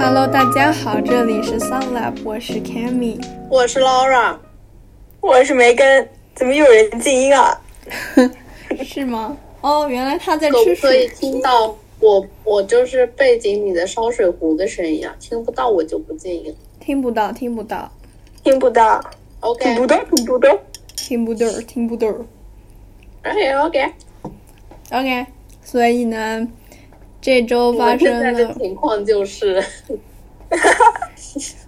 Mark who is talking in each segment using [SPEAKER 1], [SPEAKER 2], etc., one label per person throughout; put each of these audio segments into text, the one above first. [SPEAKER 1] Hello，大家好，这里是 SunLab，我是 Cammy。
[SPEAKER 2] 我是 Laura，我是梅根。怎么又有人静音啊？
[SPEAKER 1] 是吗？哦，原来他在
[SPEAKER 2] 可
[SPEAKER 1] 吃
[SPEAKER 2] 不可以
[SPEAKER 1] 水。
[SPEAKER 2] 听到我我就是背景里的烧水壶的声音啊？听不到我就不静音。
[SPEAKER 1] 听不到，听不到，
[SPEAKER 3] 听不到，
[SPEAKER 2] OK，
[SPEAKER 3] 嘟嘟嘟嘟嘟嘟。
[SPEAKER 1] 听不到，听不到。
[SPEAKER 2] 哎 OK，
[SPEAKER 1] OK，所以呢，这周
[SPEAKER 2] 我
[SPEAKER 1] 发
[SPEAKER 2] 们现
[SPEAKER 1] 生
[SPEAKER 2] 在的
[SPEAKER 1] 了，
[SPEAKER 2] 情况就是，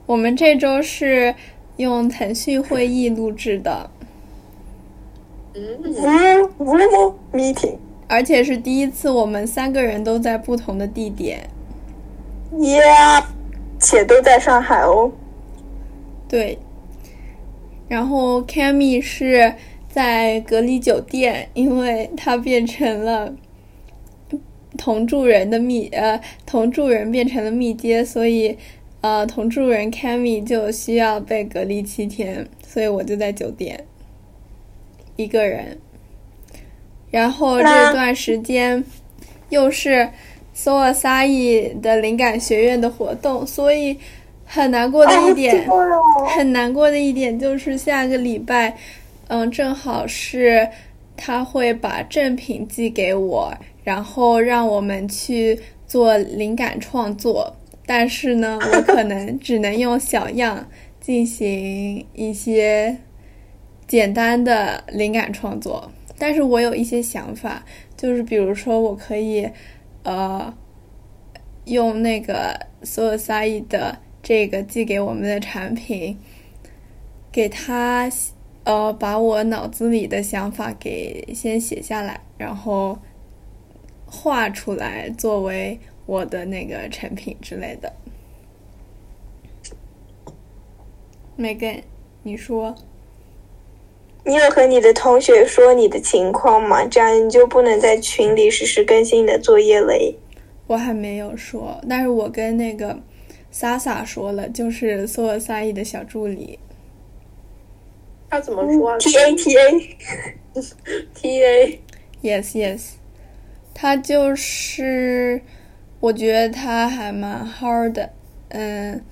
[SPEAKER 1] 我们这周是用腾讯会议录制的，
[SPEAKER 2] 嗯，
[SPEAKER 3] Zoom Zoom meeting，
[SPEAKER 1] 而且是第一次我们三个人都在不同的地点。
[SPEAKER 3] 耶、yeah,，且都在上海哦。
[SPEAKER 1] 对，然后 Cammy 是在隔离酒店，因为她变成了同住人的密呃同住人变成了密接，所以呃同住人 Cammy 就需要被隔离七天，所以我就在酒店一个人。然后这
[SPEAKER 3] 那
[SPEAKER 1] 段时间又是 s o a s a i 的灵感学院的活动，所以很难过的
[SPEAKER 3] 哎
[SPEAKER 1] 一点。
[SPEAKER 3] 好激动哦
[SPEAKER 1] 很难过的一点就是下个礼拜，嗯，正好是他会把正品寄给我，然后让我们去做灵感创作。但是呢，我可能只能用小样进行一些简单的灵感创作。但是我有一些想法，就是比如说，我可以，呃，用那个所有 s a 的这个寄给我们的产品，给他呃把我脑子里的想法给先写下来，然后画出来作为我的那个成品之类的。梅根，你说
[SPEAKER 3] 你有和你的同学说你的情况吗？这样你就不能在群里实时更新你的作业了耶。
[SPEAKER 1] 我还没有说，但是我跟那个萨萨说了，就是所有 s a 的小助理。
[SPEAKER 2] 他怎么说啊
[SPEAKER 3] 嗯 T A T A，
[SPEAKER 2] T A
[SPEAKER 1] Yes, yes，他就是，我觉得他还蛮好的，嗯，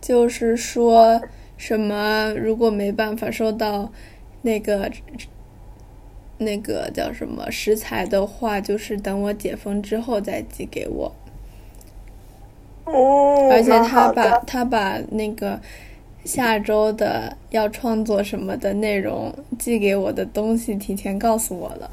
[SPEAKER 1] 就是说什么如果没办法收到那个那个叫什么食材的话，就是等我解封之后再寄给我。
[SPEAKER 3] 哦，
[SPEAKER 1] 而且
[SPEAKER 3] 蛮
[SPEAKER 1] 他
[SPEAKER 3] 好
[SPEAKER 1] 把
[SPEAKER 3] 的，
[SPEAKER 1] 他把那个下周的要创作什么的内容寄给我的东西提前告诉我了。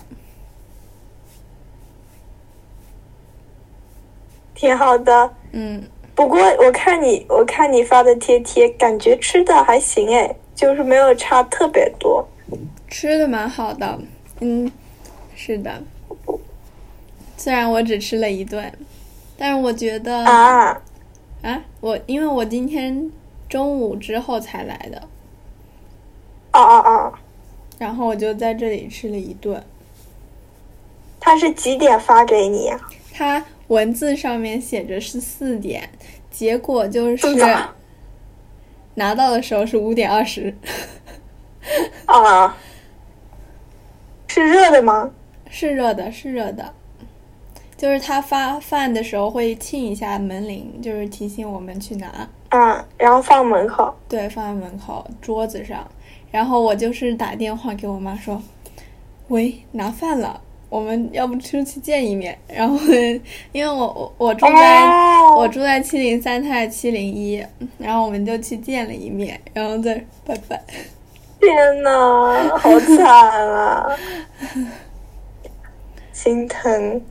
[SPEAKER 3] 挺好的。
[SPEAKER 1] 嗯，
[SPEAKER 3] 不过我看你，我看你发的贴贴，感觉吃的还行哎，就是没有差特别多。
[SPEAKER 1] 吃的蛮好的，嗯，是的。虽然我只吃了一顿，但是我觉得
[SPEAKER 3] 啊，
[SPEAKER 1] 啊我因为我今天中午之后才来的，
[SPEAKER 3] 啊啊啊！
[SPEAKER 1] 然后我就在这里吃了一顿。
[SPEAKER 3] 他是几点发给你啊呀、
[SPEAKER 1] 它文字上面写着是四点，结果就是
[SPEAKER 3] 真的
[SPEAKER 1] 拿到的时候是五点二十，
[SPEAKER 3] 啊，是热的吗？
[SPEAKER 1] 是热的，是热的。就是他发饭的时候会庆一下门铃，就是提醒我们去拿，
[SPEAKER 3] 啊，然后放门口。
[SPEAKER 1] 对，放在门口桌子上。然后我就是打电话给我妈说：“喂，拿饭了，我们要不出去见一面？”然后因为我我我住在、
[SPEAKER 3] 哦
[SPEAKER 1] 我住在七零三，他在七零一，然后我们就去见了一面，然后再拜拜。
[SPEAKER 3] 天呐，好惨啊！ 心疼。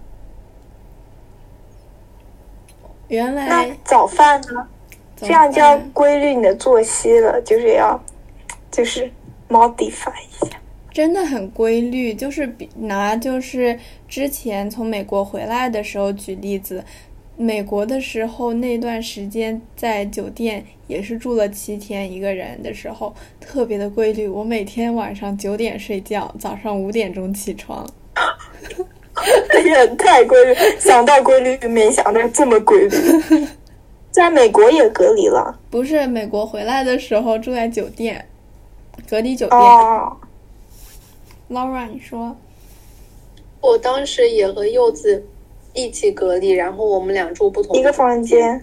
[SPEAKER 1] 原
[SPEAKER 3] 那
[SPEAKER 1] 来
[SPEAKER 3] 早饭呢？
[SPEAKER 1] 这
[SPEAKER 3] 这样就要规律你的作息了，就是要，就是 modify 一下。
[SPEAKER 1] 真的很规律，就是比拿就是之前从美国回来的时候举例子，美国的时候那段时间在酒店也是住了七天，一个人的时候特别的规律。我每天晚上九点睡觉，早上五点钟起床。
[SPEAKER 3] 哎呀，太规律！想到规律，没想到这么规律。在美国也隔离了
[SPEAKER 1] 不是美国回来的时候住在酒店，隔离酒店。
[SPEAKER 3] 哦。
[SPEAKER 1] Laura，你说，
[SPEAKER 2] 我当时也和柚子一起隔离，然后我们俩住不同
[SPEAKER 3] 一个房间，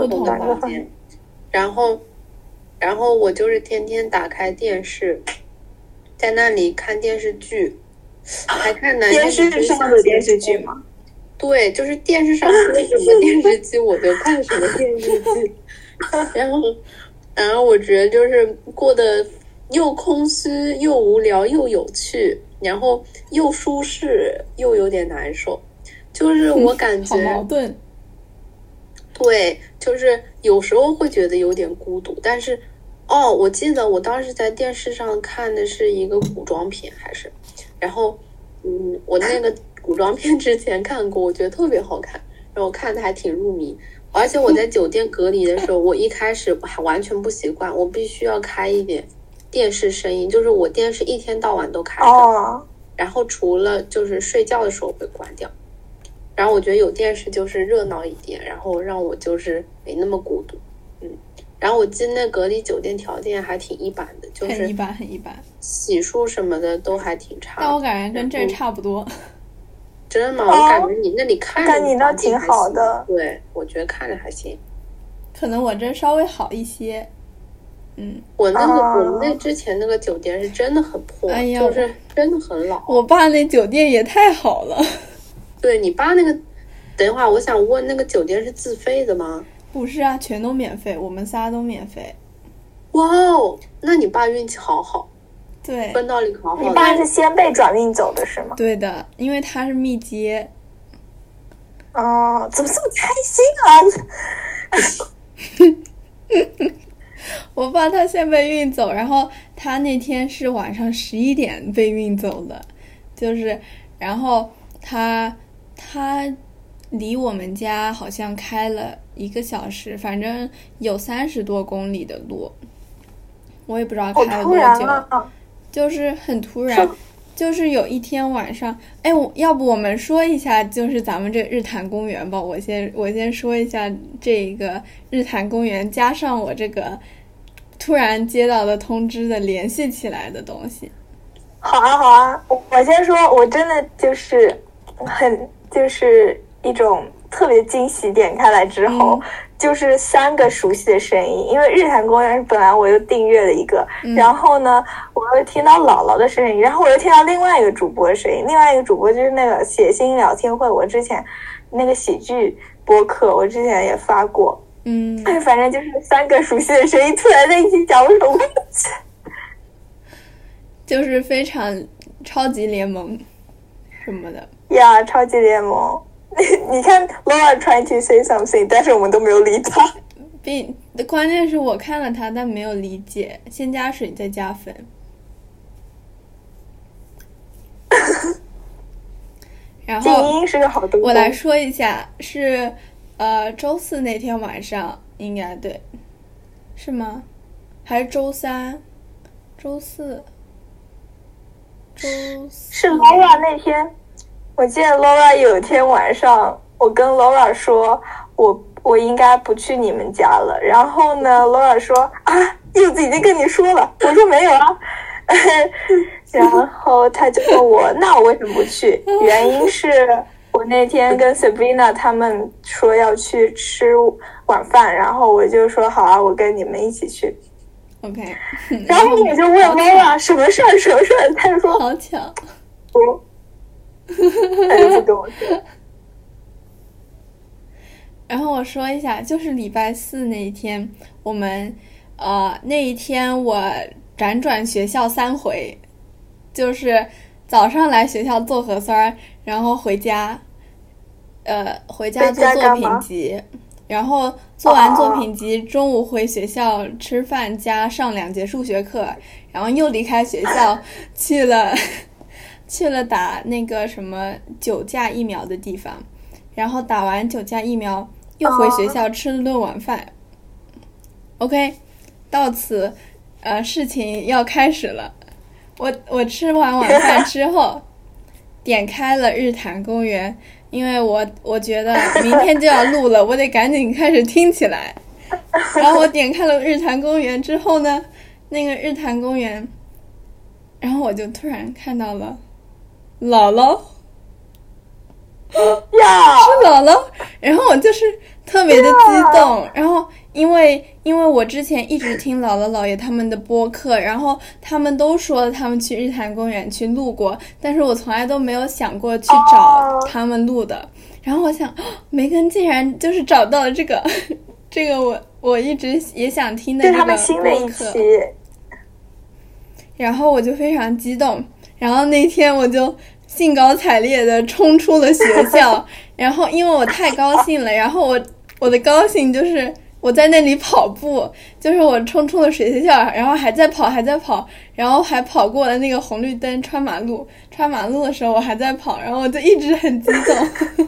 [SPEAKER 1] 不
[SPEAKER 2] 不
[SPEAKER 1] 同
[SPEAKER 2] 同
[SPEAKER 3] 两个
[SPEAKER 2] 房
[SPEAKER 3] 房
[SPEAKER 2] 间，然后，然后我就是天天打开电视，在那里看电视剧，还看男
[SPEAKER 3] 电视上的电视剧
[SPEAKER 2] 嘛。
[SPEAKER 3] 吗？
[SPEAKER 2] 对，就是电视上播什么电视剧，我就看什么电视剧。然后，然后我觉得就是过得又空虚又无聊又有趣，然后又舒适又有点难受。就是我感 觉
[SPEAKER 1] 好矛盾。
[SPEAKER 2] 对，就是有时候会觉得有点孤独，但是，哦，我记得我当时在电视上看的是一个古装片，还是，然后，嗯，我那个古装片之前看过，我觉得特别好看，然后我看的还挺入迷，而且我在酒店隔离的时候，我一开始还完全不习惯，我必须要开一点电视声音，就是我电视一天到晚都开着，
[SPEAKER 3] 哦，
[SPEAKER 2] 然后除了就是睡觉的时候会关掉。然后我觉得有电视就是热闹一点，然后让我就是没那么孤独，嗯。然后我进那隔离酒店条件还挺一般的，就
[SPEAKER 1] 很一
[SPEAKER 2] 是
[SPEAKER 1] 般，很一般，
[SPEAKER 2] 洗漱什么的都还挺差
[SPEAKER 1] 但
[SPEAKER 3] 哦
[SPEAKER 1] 我
[SPEAKER 2] 的。
[SPEAKER 1] 感觉跟这儿差不多。
[SPEAKER 2] 真的吗？我感觉你那里看着
[SPEAKER 3] 但哦你那挺好的
[SPEAKER 2] 还行对，我觉得看着还行。
[SPEAKER 1] 可能我这稍微好一些。嗯，
[SPEAKER 2] 我那个、
[SPEAKER 3] 啊
[SPEAKER 2] 我们那之前那个酒店是真的很破，
[SPEAKER 1] 哎呀
[SPEAKER 2] 就是真的很老。
[SPEAKER 1] 我爸那酒店也太好了，
[SPEAKER 2] 对你爸那个，等一会儿我想问，那个酒店是自费的吗？
[SPEAKER 1] 不是啊，全都免费，我们仨都免费。
[SPEAKER 2] 哇哦，那你爸运气好好，
[SPEAKER 1] 对，
[SPEAKER 2] 分到里好好
[SPEAKER 3] 你
[SPEAKER 2] 的。
[SPEAKER 3] 爸是先被转运走的是吗？
[SPEAKER 1] 对的，因为它是密接，
[SPEAKER 3] 哦，怎么这么开心啊？
[SPEAKER 1] 我爸他先被运走，然后他那天是晚上十一点被运走的，就是，然后他他离我们家好像开了一个小时，反正有三十多公里的路，我也不知道
[SPEAKER 3] 好
[SPEAKER 1] 开了
[SPEAKER 3] 哦突
[SPEAKER 1] 多
[SPEAKER 3] 然
[SPEAKER 1] 久，
[SPEAKER 3] 啊！
[SPEAKER 1] 就是很突然。就是有一天晚上，哎，我要不我们说一下，就是咱们这日坛公园吧。我先我先说一下这个日坛公园，加上我这个突然接到的通知的联系起来的东西。
[SPEAKER 3] 好啊，好啊，我我先说，我真的就是很就是一种特别惊喜，点开来之后、
[SPEAKER 1] 嗯
[SPEAKER 3] 就是三个熟悉的声音，因为日坛公园本来我又订阅了一个，然后呢，我又听到姥姥的声音，然后我又听到另外一个主播的声音，另外一个主播就是那个写信聊天会，我之前那个喜剧播客，我之前也发过，
[SPEAKER 1] 嗯，
[SPEAKER 3] 哎，反正就是三个熟悉的声音突然在一起讲，我什么？
[SPEAKER 1] 就是非常超级联盟什么的。
[SPEAKER 3] 呀超级联盟。 你看，Laura trying to say something，但是我们都没有理他。
[SPEAKER 1] 哦并关键是我看了它，但没有理解，先加水再加粉。然
[SPEAKER 3] 静
[SPEAKER 1] 后
[SPEAKER 3] 音是个好东西。
[SPEAKER 1] 我来说一下，是呃周四那天晚上应该对，是吗？还是周三？周四？周四？
[SPEAKER 3] 是 Laura 那天，我记得 Laura 有一天晚上，我跟 Laura 说，我我应该不去你们家了。然后呢，Laura 说啊，柚子已经跟你说了，我说没有啊。 然后他就问我，那我为什么不去？原因是我那天跟 Sabrina 他们说要去吃晚饭，然后我就说好啊，我跟你们一起去。
[SPEAKER 1] OK，
[SPEAKER 3] 然后我就问
[SPEAKER 1] 嗯
[SPEAKER 3] Laura 什么事儿，什么事儿？他就说
[SPEAKER 1] 好巧，
[SPEAKER 3] 说，他就不跟我说。
[SPEAKER 1] 然后我说一下，就是礼拜四那一天，我们呃那一天我辗转学校三回，就是早上来学校做核酸儿，然后回家，呃回家做
[SPEAKER 3] 回家
[SPEAKER 1] 作
[SPEAKER 3] 干嘛
[SPEAKER 1] 品集，然后做完
[SPEAKER 3] 哦
[SPEAKER 1] 作品集，中午回学校吃饭加上两节数学课，然后又离开学 校去了去了打那个什么九价疫苗的地方。然后打完九价疫苗，又回学校吃了顿晚饭。OK，到此，呃，事情要开始了。我我吃完晚饭之后，点开了日坛公园，因为我我觉得明天就要录了，我得赶紧开始听起来。然后我点开了日坛公园之后呢，那个日坛公园，然后我就突然看到了姥姥，
[SPEAKER 3] 呀，
[SPEAKER 1] 是姥姥，然后我就是特别的激动，然后因为因为我之前一直听姥姥姥爷他们的播客，然后他们都说他们去日坛公园去录过，但是我从来都没有想过去找
[SPEAKER 3] 哦
[SPEAKER 1] 他们录的。然后我想，哦梅根竟然就是找到了这个， 这个我我一直也想听的
[SPEAKER 3] 这
[SPEAKER 1] 这
[SPEAKER 3] 是他
[SPEAKER 1] 个
[SPEAKER 3] 们新的
[SPEAKER 1] 播
[SPEAKER 3] 一
[SPEAKER 1] 客。
[SPEAKER 3] 期，
[SPEAKER 1] 然后我就非常激动，然后那天我就兴高采烈的冲出了学校， 然后因为我太高兴了，然后我我的高兴就是我在那里跑步，就是我冲出了学校，然后还在跑，还在跑，然后还跑过了那个红绿灯穿马路，穿马路的时候我还在跑，然后我就一直很激动，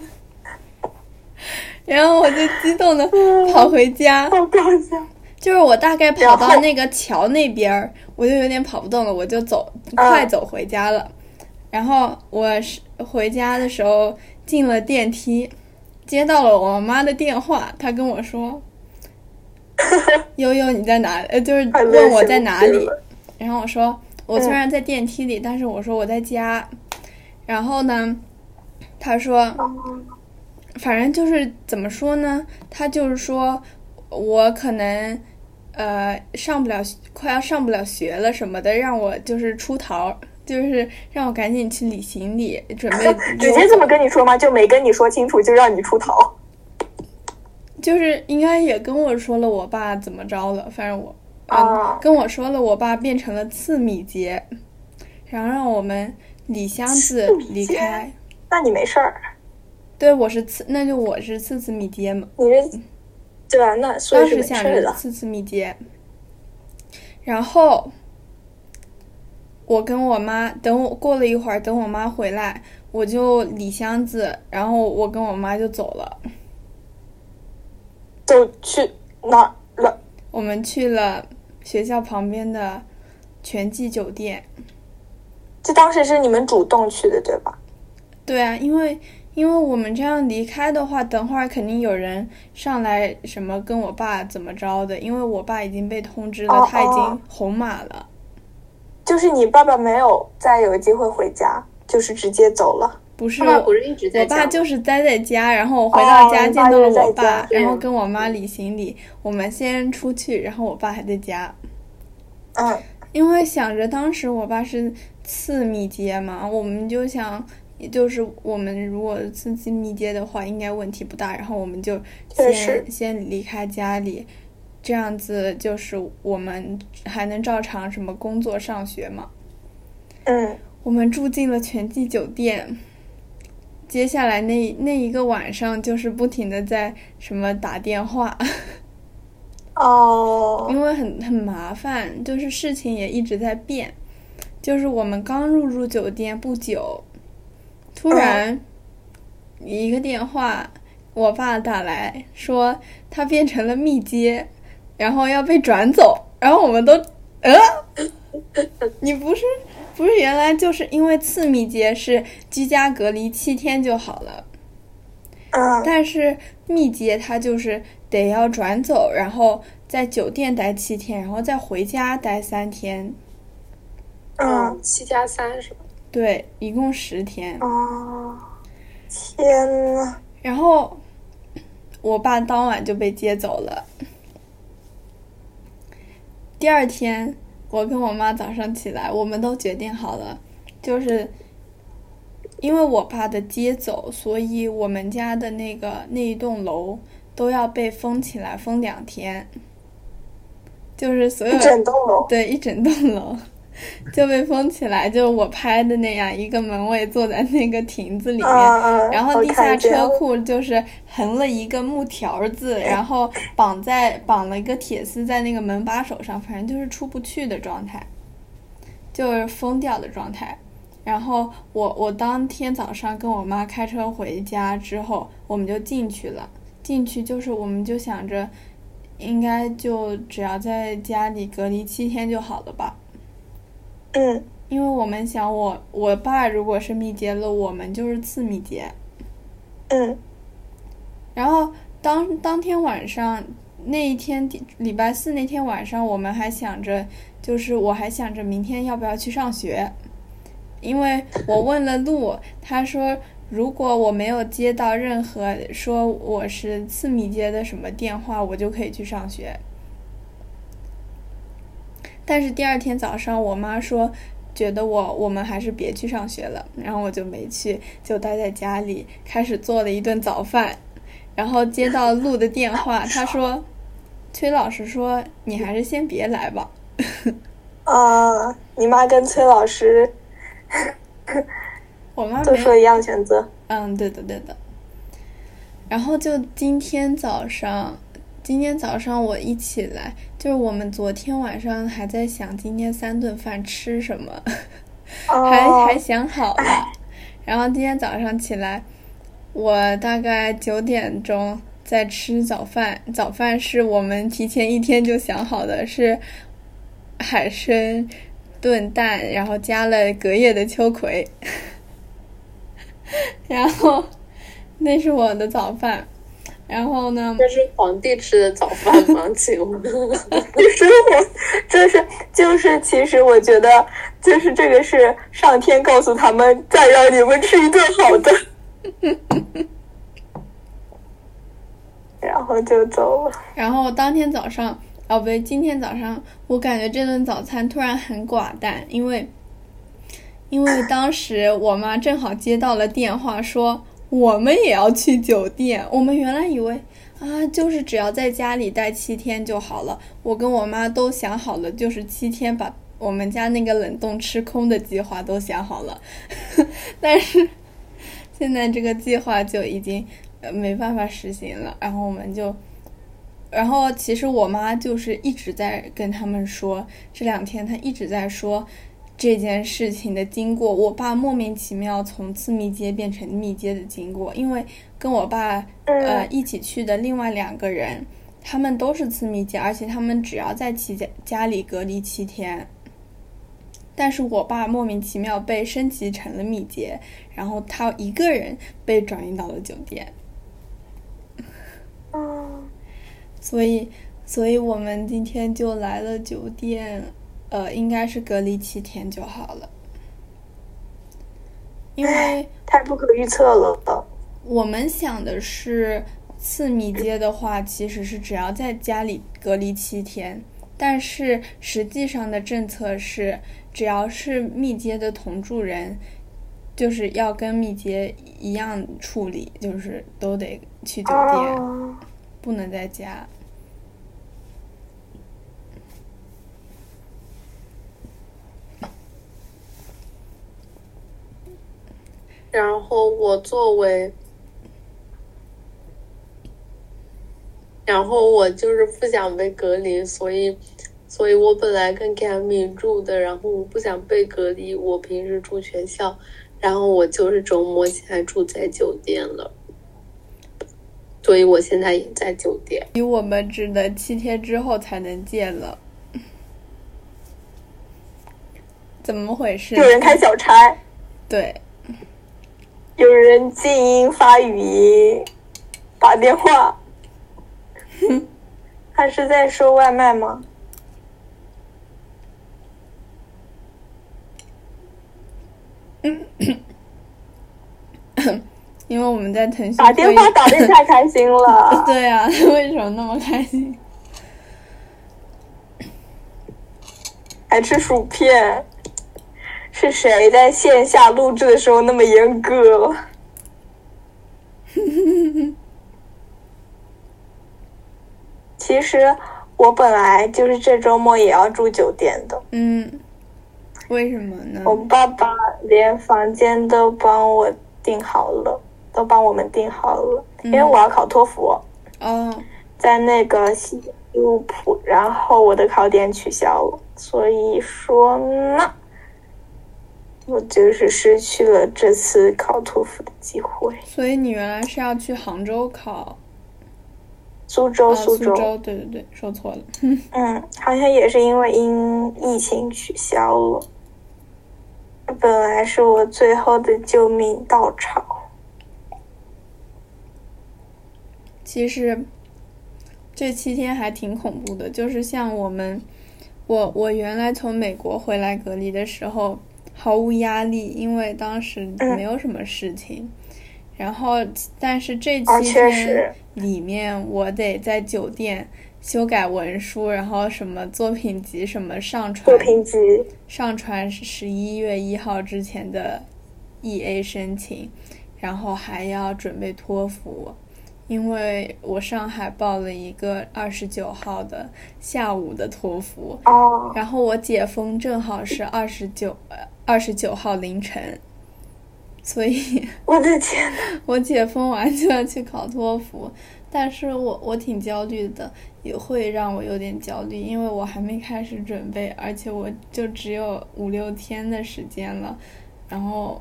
[SPEAKER 1] 然后我就激动的跑回家，
[SPEAKER 3] 好搞笑。
[SPEAKER 1] 就是我大概跑
[SPEAKER 3] 然后
[SPEAKER 1] 到那个桥那边儿，我就有点跑不动了，我就走快走回家了。然后我是回家的时候进了电梯，接到了我妈的电话，她跟我 说：“悠悠你在哪里？”呃，就是
[SPEAKER 3] 太
[SPEAKER 1] 问我
[SPEAKER 3] 热
[SPEAKER 1] 在
[SPEAKER 3] 血
[SPEAKER 1] 哪
[SPEAKER 3] 沸
[SPEAKER 1] 里
[SPEAKER 3] 腾。了
[SPEAKER 1] 然后我说我虽
[SPEAKER 3] 嗯
[SPEAKER 1] 然在电梯里，但是我说我在家。然后呢，他说，
[SPEAKER 3] 哦
[SPEAKER 1] 反正就是怎么说呢，他就是说我可能呃上不了，快要上不了学了什么的，让我就是出逃，就是让我赶紧去理行李，准备
[SPEAKER 3] 直接这么跟你说吗？就没跟你说清楚，就让你出逃。
[SPEAKER 1] 就是应该也跟我说了我爸怎么着了，反正我，嗯，
[SPEAKER 3] 啊
[SPEAKER 1] 跟我说了我爸变成了次米杰，然后让我们理箱子
[SPEAKER 3] 次米
[SPEAKER 1] 离
[SPEAKER 3] 杰
[SPEAKER 1] 开。
[SPEAKER 3] 那你没事儿，
[SPEAKER 1] 对，我是次，那就我是次次米杰嘛，
[SPEAKER 3] 你这对吧？那所
[SPEAKER 1] 当
[SPEAKER 3] 以是
[SPEAKER 1] 时
[SPEAKER 3] 没
[SPEAKER 1] 想
[SPEAKER 3] 事
[SPEAKER 1] 着
[SPEAKER 3] 儿
[SPEAKER 1] 是
[SPEAKER 3] 的。
[SPEAKER 1] 次次米杰，然后我跟我妈等我过了一会儿，等我妈回来，我就理箱子，然后我跟我妈就走了，
[SPEAKER 3] 就去哪儿了？
[SPEAKER 1] 我们去了学校旁边的全季酒店。
[SPEAKER 3] 就当时是你们主动去的，对吧？
[SPEAKER 1] 对啊，因为因为我们这样离开的话，等会儿肯定有人上来什么跟我爸怎么着的，因为我爸已经被通知了，
[SPEAKER 3] 哦
[SPEAKER 1] 他已经
[SPEAKER 3] 哦
[SPEAKER 1] 红码了。
[SPEAKER 3] 就是你爸爸没有再有机会回家，就是直接走了。
[SPEAKER 1] 不是
[SPEAKER 2] 爸爸
[SPEAKER 1] 我
[SPEAKER 2] 不是一直在
[SPEAKER 1] 我爸
[SPEAKER 2] 讲吗，
[SPEAKER 1] 就是待在家，然后我回到家
[SPEAKER 3] 哦你
[SPEAKER 1] 见
[SPEAKER 3] 爸
[SPEAKER 1] 到了
[SPEAKER 3] 就是
[SPEAKER 1] 我
[SPEAKER 3] 在
[SPEAKER 1] 爸
[SPEAKER 3] 家，嗯
[SPEAKER 1] 然后
[SPEAKER 2] 对
[SPEAKER 1] 跟我妈理行李，我们先出去，然后我爸还在家。
[SPEAKER 3] 嗯，
[SPEAKER 1] 因为想着当时我爸是次密接嘛，我们就想，就是我们如果次次密接的话，应该问题不大。然后我们就
[SPEAKER 3] 确实
[SPEAKER 1] 先先离开家里，这样子就是我们还能照常什么工作、上学嘛。
[SPEAKER 3] 嗯，
[SPEAKER 1] 我们住进了全季酒店，接下来那那一个晚上就是不停的在什么打电话，
[SPEAKER 3] 哦，
[SPEAKER 1] 因为很很麻烦，就是事情也一直在变。就是我们刚入住酒店不久，突然一个电话，我爸打来说他变成了密接，然后要被转走，然后我们都呃， 你不是不是原来就是因为次密接是居家隔离七天就好了，
[SPEAKER 3] 嗯，
[SPEAKER 1] 但是密接他就是得要转走，然后在酒店待七天，然后再回家待三天，
[SPEAKER 3] 嗯，
[SPEAKER 2] 嗯，七加三是吧？
[SPEAKER 1] 对，一共十天。
[SPEAKER 3] 哦，天呐，
[SPEAKER 1] 然后我爸当晚就被接走了。第二天，我跟我妈早上起来，我们都决定好了，就是因为我爸的接走，所以我们家的那个那一栋楼都要被封起来，封两天，就是所有
[SPEAKER 3] 一整栋楼，
[SPEAKER 1] 对，一整栋楼就被封起来，就是我拍的那样，一个门卫坐在那个亭子里面，
[SPEAKER 3] 嗯嗯
[SPEAKER 1] 然后
[SPEAKER 3] 我
[SPEAKER 1] 地下
[SPEAKER 3] 看见
[SPEAKER 1] 车
[SPEAKER 3] 了
[SPEAKER 1] 库就是横了一个木条儿子，然后绑在绑了一个铁丝在那个门把手上，反正就是出不去的状态，就是疯掉的状态。然后我我当天早上跟我妈开车回家之后，我们就进去了。进去就是我们就想着，应该就只要在家里隔离七天就好了吧。
[SPEAKER 3] 嗯，
[SPEAKER 1] 因为我们想我我爸如果是密接了，我们就是次密接。
[SPEAKER 3] 嗯，
[SPEAKER 1] 然后当当天晚上那一天礼拜四那天晚上，我们还想着，就是我还想着明天要不要去上学，因为我问了路，他说如果我没有接到任何说我是四米街的什么电话，我就可以去上学。但是第二天早上，我妈说觉得我我们还是别去上学了，然后我就没去，就待在家里开始做了一顿早饭，然后接到路的电话，他说崔老师说你还是先别来吧。
[SPEAKER 3] 啊，你妈跟崔老师
[SPEAKER 1] 我妈
[SPEAKER 3] 都
[SPEAKER 1] 没有
[SPEAKER 3] 说一样选择。
[SPEAKER 1] 嗯，对的，对的。然后就今天早上，今天早上我一起来，就是我们昨天晚上还在想今天三顿饭吃什么，还
[SPEAKER 3] 哦
[SPEAKER 1] 还，想好了。然后今天早上起来，我大概九点钟在吃早饭，早饭是我们提前一天就想好的，是海参炖蛋，然后加了隔夜的秋葵， 然后那是我的早饭。然后呢，
[SPEAKER 2] 这是皇帝吃的早饭吗？请问，
[SPEAKER 3] 就是我，就是就是，其实我觉得，就是这个是上天告诉他们，再让你们吃一顿好的， 然后就走了。
[SPEAKER 1] 然后当天早上，哦不对，今天早上我感觉这顿早餐突然很寡淡，因为因为当时我妈正好接到了电话说我们也要去酒店，我们原来以为。啊，就是只要在家里待七天就好了。我跟我妈都想好了，就是七天把我们家那个冷冻吃空的计划都想好了， 但是现在这个计划就已经呃没办法实行了。然后我们就然后其实我妈就是一直在跟他们说，这两天她一直在说这件事情的经过。我爸莫名其妙从次密接变成密接的经过，因为跟我爸呃
[SPEAKER 3] 嗯
[SPEAKER 1] 一起去的另外两个人，他们都是次密接，而且他们只要在其家家里隔离七天。但是我爸莫名其妙被升级成了密接，然后他一个人被转移到了酒店。
[SPEAKER 3] 嗯，
[SPEAKER 1] 所以，所以我们今天就来了酒店，呃，应该是隔离七天就好了，因为
[SPEAKER 3] 太不可预测了。
[SPEAKER 1] 我们想的是次密接的话，其实是只要在家里隔离七天，但是实际上的政策是，只要是密接的同住人，就是要跟密接一样处理，就是都得去酒店，
[SPEAKER 3] 哦
[SPEAKER 1] 不能在家。
[SPEAKER 2] 然后我作为，然后我就是不想被隔离，所以，所以我本来跟 Cammy 住的，然后我不想被隔离，我平时住学校，然后我就是周末现在住在酒店了，所以我现在也在酒店。
[SPEAKER 1] 比我们只能七天之后才能见了， 怎么回事？
[SPEAKER 3] 有人开小差，
[SPEAKER 1] 对，
[SPEAKER 3] 有人静音发语音，打电话。他是在收外卖吗？
[SPEAKER 1] 因为我们在腾讯
[SPEAKER 3] 打电话
[SPEAKER 1] 会议
[SPEAKER 3] 打的太开心 了。
[SPEAKER 1] 对啊，为什么那么开心？
[SPEAKER 3] 还吃薯片，是谁在线下录制的时候那么严格？其实我本来就是这周末也要住酒店的，
[SPEAKER 1] 嗯，为什么呢？
[SPEAKER 3] 我爸爸连房间都帮我订好了，都帮我们订好了，因
[SPEAKER 1] 嗯
[SPEAKER 3] 为我要考托福。
[SPEAKER 1] 哦，
[SPEAKER 3] 在那个西路普，然后我的考点取消了，所以说呢，我就是失去了这次考托福的机会。
[SPEAKER 1] 所以你原来是要去杭州考，
[SPEAKER 3] 苏州，
[SPEAKER 1] 哦，
[SPEAKER 3] 苏
[SPEAKER 1] 苏
[SPEAKER 3] 州，
[SPEAKER 1] 州，对对对，说错了。
[SPEAKER 3] 嗯，好像也是因为因疫情取消了。本来是我最后的救命稻草，
[SPEAKER 1] 其实这七天还挺恐怖的，就是像我们，我我原来从美国回来隔离的时候，毫无压力，因为当时
[SPEAKER 3] 嗯
[SPEAKER 1] 没有什么事情。然后，但是这
[SPEAKER 3] 哦
[SPEAKER 1] 期
[SPEAKER 3] 确
[SPEAKER 1] 间
[SPEAKER 3] 实
[SPEAKER 1] 里面，我得在酒店修改文书，然后什么作品集什么上
[SPEAKER 3] 作
[SPEAKER 1] 传，
[SPEAKER 3] 品集，
[SPEAKER 1] 上传十一月一号之前的 E A 申请，然后还要准备托福，因为我上海报了一个二十九号的下午的托福，
[SPEAKER 3] 哦，
[SPEAKER 1] 然后我解封正好是二十九呃二十九号凌晨，所以
[SPEAKER 3] 我的天呐，
[SPEAKER 1] 我解封完就要去考托福，但是我我挺焦虑的，也会让我有点焦虑，因为我还没开始准备，而且我就只有五六天的时间了，然后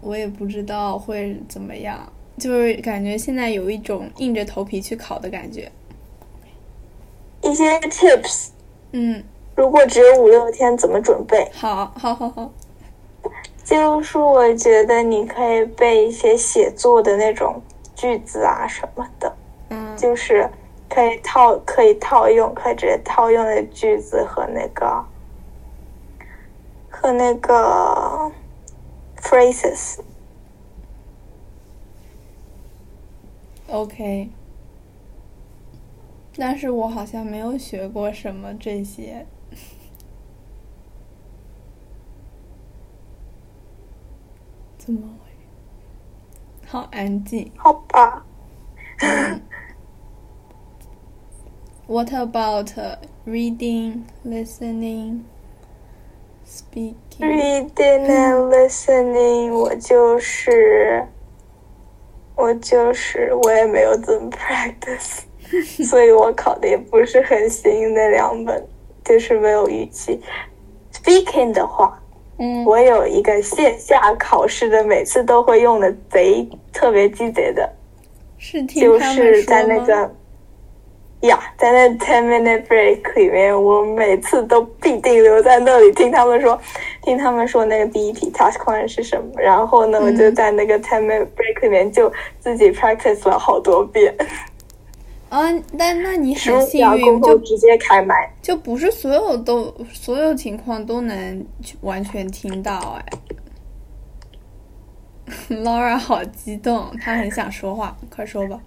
[SPEAKER 1] 我也不知道会怎么样，就是感觉现在有一种硬着头皮去考的感觉。
[SPEAKER 3] 一些 tips，
[SPEAKER 1] 嗯，
[SPEAKER 3] 如果只有五六天，怎么准备？
[SPEAKER 1] 好，好，好，好，
[SPEAKER 3] 就是我觉得你可以背一些写作的那种句子啊什么的，
[SPEAKER 1] 嗯
[SPEAKER 3] 就是可以套可以套用，可以直接套用的句子和那个和那个 phrases。
[SPEAKER 1] ，OK。但是我好像没有学过什么这些， 怎么回事？好安静。
[SPEAKER 3] 好吧，
[SPEAKER 1] What about reading, listening, speaking？
[SPEAKER 3] reading and listening，我就是，我就是，我也没有怎么 practice，所以我考的也不是很行那两本，就是没有预期。Speaking 的话，
[SPEAKER 1] 嗯
[SPEAKER 3] 我有一个线下考试的，每次都会用的贼特别鸡贼的，
[SPEAKER 1] 是听
[SPEAKER 3] 就
[SPEAKER 1] 他们
[SPEAKER 3] 是在
[SPEAKER 1] 说
[SPEAKER 3] 那
[SPEAKER 1] 吗？
[SPEAKER 3] 个。呀，在那 ten minute break 里面，我每次都必定留在那里听他们说，听他们说那个第一题 task one 是什么。然后呢，我
[SPEAKER 1] 嗯
[SPEAKER 3] 就在那个 ten minute break 里面就自己 practice 了好多遍，
[SPEAKER 1] 啊，但那你
[SPEAKER 3] 十
[SPEAKER 1] 很
[SPEAKER 3] 五
[SPEAKER 1] 幸
[SPEAKER 3] 秒过
[SPEAKER 1] 运，
[SPEAKER 3] 后
[SPEAKER 1] 就
[SPEAKER 3] 直接开麦。
[SPEAKER 1] 就不是所有都所有情况都能去完全听到哎。Laura 好激动，她很想说话，快说吧。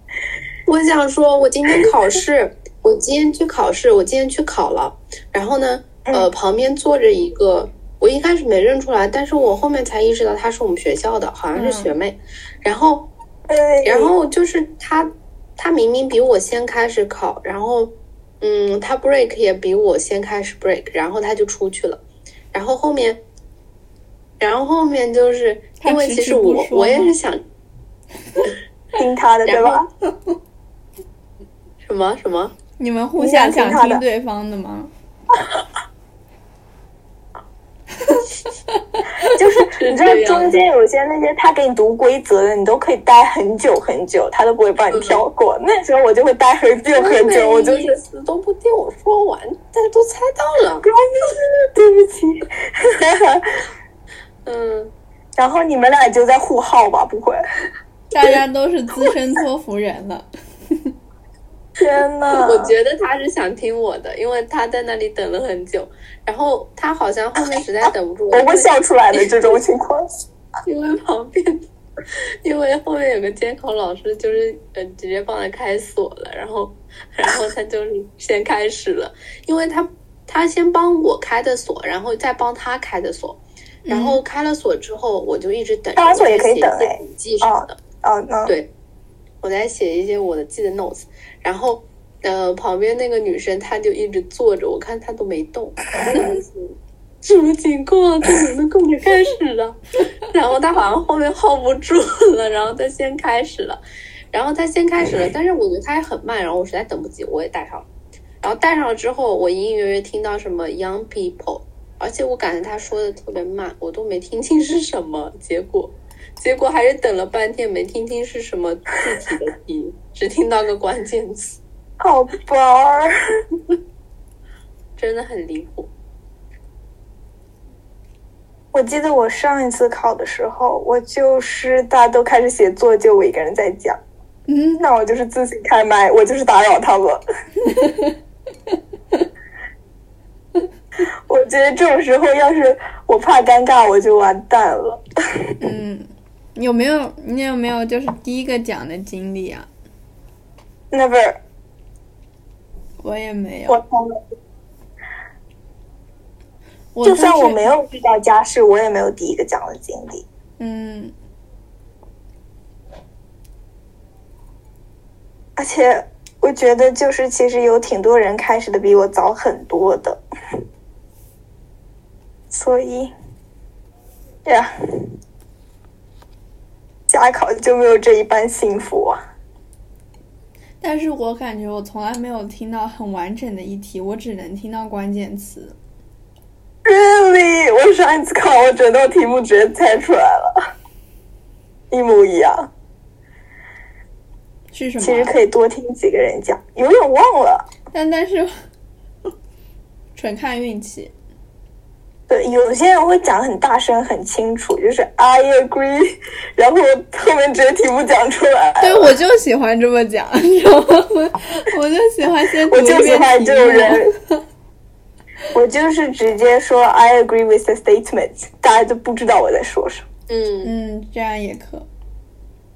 [SPEAKER 2] 我想说，我今天考试，我今天去考试，我今天去考了。然后呢，
[SPEAKER 1] 嗯
[SPEAKER 2] 呃，旁边坐着一个，我一开始没认出来，但是我后面才意识到她是我们学校的，好
[SPEAKER 1] 嗯
[SPEAKER 2] 像是学妹。然后，
[SPEAKER 1] 哎
[SPEAKER 3] 对
[SPEAKER 2] 然后就是她，她明明比我先开始考，然后，嗯，她 break 也比我先开始 break，然后她就出去了。然后后面，然后后面就是
[SPEAKER 1] 她
[SPEAKER 2] 因为
[SPEAKER 1] 迟
[SPEAKER 2] 其
[SPEAKER 1] 迟
[SPEAKER 2] 实
[SPEAKER 1] 不
[SPEAKER 2] 我
[SPEAKER 1] 说
[SPEAKER 2] 我也
[SPEAKER 1] 吗
[SPEAKER 2] 是想
[SPEAKER 3] 听他的对
[SPEAKER 2] 然
[SPEAKER 3] 吧
[SPEAKER 2] 后？什么什么。
[SPEAKER 1] 你们互相想
[SPEAKER 3] 你想听她
[SPEAKER 1] 听
[SPEAKER 3] 的
[SPEAKER 1] 对方的吗？
[SPEAKER 3] 就是你知
[SPEAKER 2] 这
[SPEAKER 3] 道
[SPEAKER 1] 啊
[SPEAKER 2] 样
[SPEAKER 3] 中间有些那些他给你读规则的，你都可以待很久很久，他都不会帮
[SPEAKER 1] 嗯
[SPEAKER 3] 你跳过。那时候我就会待很久很久，我就是
[SPEAKER 2] 一次都不听我说完，大家都猜到了。
[SPEAKER 3] 对不起。
[SPEAKER 2] 嗯，
[SPEAKER 3] 然后你们俩就在互耗吧？不会？
[SPEAKER 1] 大家都是资深托福人了。
[SPEAKER 3] 天呐！
[SPEAKER 2] 我觉得他是想听我的，因为他在那里等了很久，然后他好像后面实在等不住，
[SPEAKER 3] 啊我
[SPEAKER 2] 因为
[SPEAKER 3] 会笑出来的这种情况。
[SPEAKER 2] 因为旁边，因为后面有个监考老师，就是呃直接帮他开锁了，然后然后他就是先开始了，因为他他先帮我开的锁，然后再帮他开的锁，然后开了锁之后，我就一直等着，
[SPEAKER 3] 嗯开完锁也可以等
[SPEAKER 2] 我就写一
[SPEAKER 3] 哎
[SPEAKER 2] 些笔记什么的。
[SPEAKER 3] 哦，那
[SPEAKER 2] 对，我在写一些我的记的 notes，然后呃，旁边那个女生她就一直坐着，我看她都没动，然后我就说什么情况？她怎么跟着开始了？ 然后她好像后面 hold 不住了，然后她先开始了，然后她先开始了，但是我觉得她也很慢，然后我实在等不及，我也带上了，然后带上了之后，我隐隐约约听到什么 young people。而且我感觉她说的特别慢，我都没听清是什么。结果结果还是等了半天没听清是什么具体的题，只听到个关键词，
[SPEAKER 3] 好吧。
[SPEAKER 2] 真的很离谱。
[SPEAKER 3] 我记得我上一次考的时候，我就是大家都开始写作，就我一个人在讲，
[SPEAKER 1] 嗯，
[SPEAKER 3] 那我就是自己开麦，我就是打扰他们。我觉得这种时候，要是我怕尴尬，我就完蛋了。
[SPEAKER 1] 嗯，有没有你有没有就是第一个讲的经历啊？
[SPEAKER 3] Never，
[SPEAKER 1] 我也没有，
[SPEAKER 3] 我从来
[SPEAKER 1] 我
[SPEAKER 3] 就
[SPEAKER 1] 就
[SPEAKER 3] 算我
[SPEAKER 1] 是
[SPEAKER 3] 没有遇到家事，我也没有第一个讲的经历。
[SPEAKER 1] 嗯
[SPEAKER 3] 而且我觉得，就是其实有挺多人开始的比我早很多的，所以，呀，加考就没有这一般幸福啊。
[SPEAKER 1] 但是我感觉我从来没有听到很完整的一题，我只能听到关键词。
[SPEAKER 3] Really，我上一次考我整道题目直接猜出来了，一模
[SPEAKER 1] 嗯
[SPEAKER 3] 一样。
[SPEAKER 1] 是什么
[SPEAKER 3] 其实
[SPEAKER 1] 啊？
[SPEAKER 3] 可以多听几个人讲，有点忘了。
[SPEAKER 1] 但但是，纯看运气。
[SPEAKER 3] 对，有些人会讲很大声、很清楚，就是 I agree，然 后后面直接题目讲出来。
[SPEAKER 1] 对，我就喜欢这么讲，你知道吗？我就喜欢先读
[SPEAKER 3] 我
[SPEAKER 1] 一
[SPEAKER 3] 就喜
[SPEAKER 1] 遍
[SPEAKER 3] 欢
[SPEAKER 1] 题
[SPEAKER 3] 这种
[SPEAKER 1] 目。
[SPEAKER 3] 人。我就是直接说 I agree with the statement，大家就不知道我在说什么。
[SPEAKER 2] 嗯，
[SPEAKER 1] 嗯，这样也可。嗯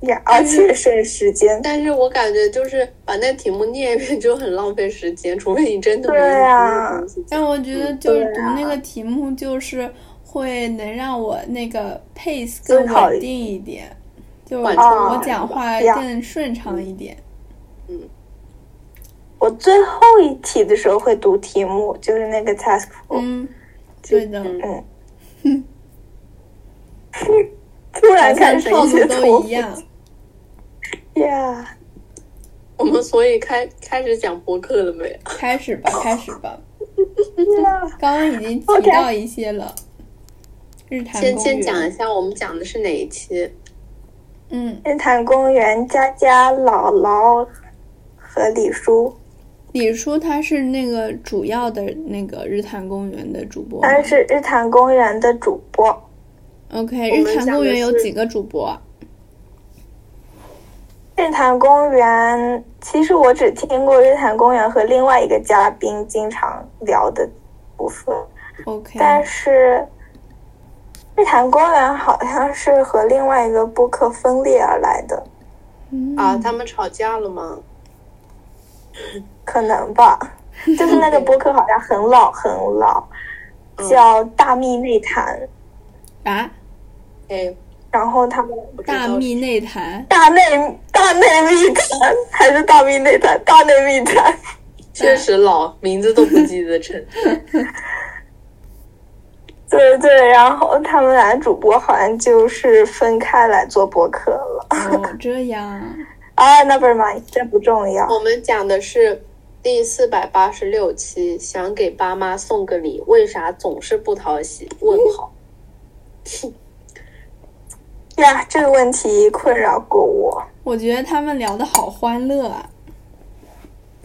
[SPEAKER 3] 呀、而且省时间。
[SPEAKER 2] 但是我感觉就是把那题目念一遍就很浪费时间，除非你真的没
[SPEAKER 3] 对
[SPEAKER 2] 有
[SPEAKER 3] 啊
[SPEAKER 2] 东西讲
[SPEAKER 1] 但我觉得就是
[SPEAKER 3] 对
[SPEAKER 1] 读
[SPEAKER 3] 啊
[SPEAKER 1] 那个题目，就是会能让我那个 pace 更
[SPEAKER 3] 思考
[SPEAKER 1] 稳
[SPEAKER 3] 一啊
[SPEAKER 1] 定一点，就
[SPEAKER 2] 缓
[SPEAKER 3] 冲
[SPEAKER 1] 我
[SPEAKER 3] 一
[SPEAKER 1] 讲
[SPEAKER 2] 点
[SPEAKER 1] 话
[SPEAKER 3] 呀
[SPEAKER 1] 更顺畅一点。
[SPEAKER 3] 我最后一题的时候会读题目，就是那个 task force，、
[SPEAKER 1] 嗯，对的，
[SPEAKER 2] 嗯
[SPEAKER 3] 突然
[SPEAKER 1] 好像
[SPEAKER 3] 看谁
[SPEAKER 1] 套
[SPEAKER 3] 截
[SPEAKER 1] 路
[SPEAKER 3] 图
[SPEAKER 1] 都一。 样。
[SPEAKER 3] 呀
[SPEAKER 2] 我们所以开开始讲播客了没？
[SPEAKER 1] 开始吧，开始吧，嗯
[SPEAKER 3] 呀，
[SPEAKER 1] 刚刚已经提
[SPEAKER 3] OK
[SPEAKER 1] 到一些了。日坛
[SPEAKER 2] 先
[SPEAKER 1] 公
[SPEAKER 2] 先
[SPEAKER 1] 园
[SPEAKER 2] 讲一下我们讲的是哪一期？
[SPEAKER 1] 嗯，
[SPEAKER 3] 日坛公园、佳佳、姥姥和李叔，
[SPEAKER 1] 李叔他是那个主要的那个日坛公园的主播吗。
[SPEAKER 3] 他是日坛公园的主播。
[SPEAKER 1] OK，
[SPEAKER 2] 我
[SPEAKER 1] 日
[SPEAKER 2] 们
[SPEAKER 1] 坛
[SPEAKER 2] 讲
[SPEAKER 1] 公
[SPEAKER 2] 的
[SPEAKER 1] 园有
[SPEAKER 2] 是
[SPEAKER 1] 几个主播啊？
[SPEAKER 3] 日坛公园，其实我只听过日坛公园和另外一个嘉宾经常聊的部分，
[SPEAKER 1] OK，
[SPEAKER 3] 但是日坛公园好像是和另外一个播客分裂而来的，
[SPEAKER 1] 嗯
[SPEAKER 2] 啊，他们吵架了吗？
[SPEAKER 3] 可能吧。就是那个播客好像很老很老，
[SPEAKER 2] 嗯
[SPEAKER 3] 叫《大密内谈》，
[SPEAKER 1] 啊，
[SPEAKER 2] 哎，
[SPEAKER 3] 然后他们
[SPEAKER 2] 不知道
[SPEAKER 1] 大
[SPEAKER 2] 是
[SPEAKER 1] 密内谈，
[SPEAKER 3] 大内大内密谈还是大密内谈？大内密谈。
[SPEAKER 2] 确实老，名字都不记得成。
[SPEAKER 3] 对对，然后他们俩主播好像就是分开来做播客了。
[SPEAKER 1] 哦，这样，
[SPEAKER 3] 啊，never mind，这不重要。
[SPEAKER 2] 我们讲的是第四百八十六期，想给爸妈送个礼，为啥总是不讨喜？问号。
[SPEAKER 3] 呀，这个问题困扰过我。
[SPEAKER 1] 我觉得他们聊的好欢乐啊。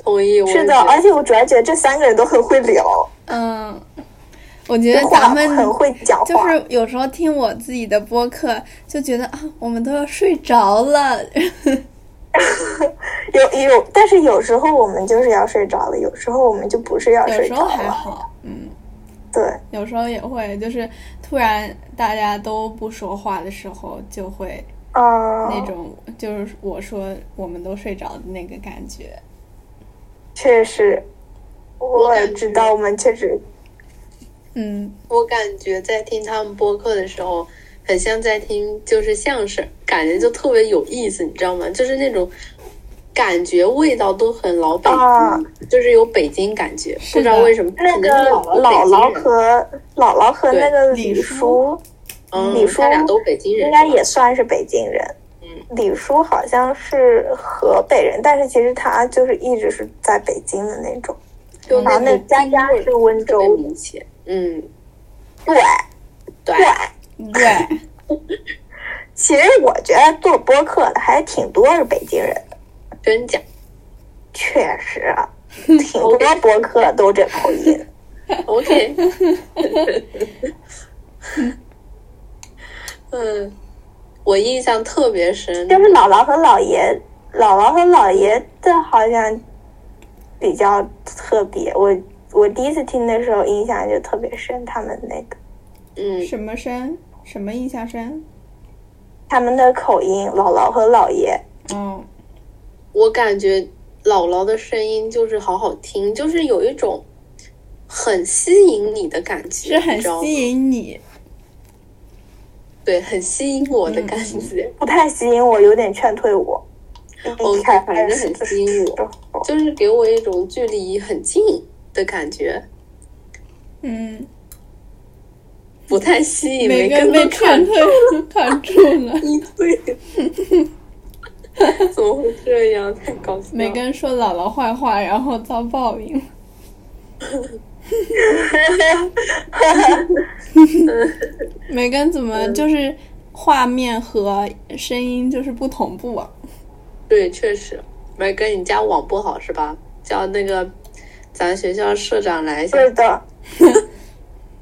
[SPEAKER 2] 同意，我也
[SPEAKER 3] 是的，
[SPEAKER 2] 觉得
[SPEAKER 3] 而且我主要觉得这三个人都很会聊，
[SPEAKER 1] 嗯，我觉得咱
[SPEAKER 3] 话
[SPEAKER 1] 们
[SPEAKER 3] 很会讲话。
[SPEAKER 1] 就是有时候听我自己的播客，就觉得啊，我们都要睡着了。
[SPEAKER 2] 啊
[SPEAKER 3] 有有，但是有时候我们就是要睡着了，有时候我们就不是要
[SPEAKER 1] 有
[SPEAKER 3] 睡
[SPEAKER 1] 时
[SPEAKER 3] 着
[SPEAKER 1] 候还
[SPEAKER 3] 了。
[SPEAKER 1] 好，嗯，
[SPEAKER 3] 对，
[SPEAKER 1] 有时候也会，就是突然大家都不说话的时候，就会
[SPEAKER 3] 嗯、
[SPEAKER 1] 那种，就是我说我们都睡着的那个感觉。
[SPEAKER 3] 确实，我
[SPEAKER 2] 感
[SPEAKER 3] 知
[SPEAKER 2] 觉
[SPEAKER 3] 道我们确实
[SPEAKER 1] 嗯，
[SPEAKER 2] 我感觉在听他们播客的时候，很像在听就是相声，感觉就特别有意思，你知道吗？就是那种感觉味道都很老北京，
[SPEAKER 3] 啊
[SPEAKER 2] 就是有北京感觉，
[SPEAKER 1] 是的
[SPEAKER 2] 不知道为什么，
[SPEAKER 3] 那
[SPEAKER 2] 可
[SPEAKER 3] 个
[SPEAKER 2] 能是姥
[SPEAKER 3] 姥
[SPEAKER 2] 姥
[SPEAKER 3] 姥
[SPEAKER 2] 北京人，
[SPEAKER 3] 和姥姥和那
[SPEAKER 2] 对
[SPEAKER 3] 个
[SPEAKER 1] 李
[SPEAKER 3] 李
[SPEAKER 1] 叔
[SPEAKER 3] 叔。
[SPEAKER 2] 嗯，
[SPEAKER 3] 你说
[SPEAKER 2] 他俩都北京人，
[SPEAKER 3] 应该也算是北京人。
[SPEAKER 2] 嗯
[SPEAKER 3] 李叔好像是河北人，但是其实他就是一直是在北京的那种。
[SPEAKER 2] 就
[SPEAKER 3] 然后那
[SPEAKER 2] 那
[SPEAKER 3] 个佳佳是温
[SPEAKER 2] 特别
[SPEAKER 3] 州，
[SPEAKER 2] 明显，嗯，
[SPEAKER 3] 对
[SPEAKER 2] 对
[SPEAKER 3] 对。
[SPEAKER 1] 对，
[SPEAKER 3] 其实我觉得做播客的还挺多是北京人的，
[SPEAKER 2] 真假？
[SPEAKER 3] 确实啊，挺多播客都这口音。
[SPEAKER 2] OK，嗯，我印象特别深，
[SPEAKER 3] 就是姥姥和姥爷，姥姥和姥爷的好像比较特别，我我第一次听的时候印象就特别深，他们那个
[SPEAKER 2] 嗯，
[SPEAKER 1] 什么声？什么印象声？
[SPEAKER 3] 他们的口音，姥姥和姥爷，
[SPEAKER 1] 哦，
[SPEAKER 2] 我感觉姥姥的声音就是好好听，就是有一种很吸引你的感
[SPEAKER 1] 是
[SPEAKER 2] 觉，
[SPEAKER 1] 很
[SPEAKER 2] 你知道吗
[SPEAKER 1] 吸引你。
[SPEAKER 2] 对，很吸引我的
[SPEAKER 1] 嗯
[SPEAKER 2] 感觉。
[SPEAKER 3] 不太吸引我，有点劝退我。
[SPEAKER 2] 哦
[SPEAKER 3] 离开
[SPEAKER 2] 反正很吸引我就是给我一种距离很近的感觉，
[SPEAKER 1] 嗯，
[SPEAKER 2] 不太吸引，
[SPEAKER 1] 每
[SPEAKER 2] 每
[SPEAKER 1] 个
[SPEAKER 2] 根
[SPEAKER 1] 被
[SPEAKER 2] 都
[SPEAKER 1] 砍
[SPEAKER 2] 看
[SPEAKER 1] 退 砍住了。
[SPEAKER 2] 一对。怎么会这样？太搞笑了！
[SPEAKER 1] 每根说姥姥坏话，然后遭报应。 每根怎么就是画面和声音就是不同步啊？
[SPEAKER 2] 对，确实，梅根，你家网不好是吧？叫那个咱学校社长来一下，
[SPEAKER 3] 对的，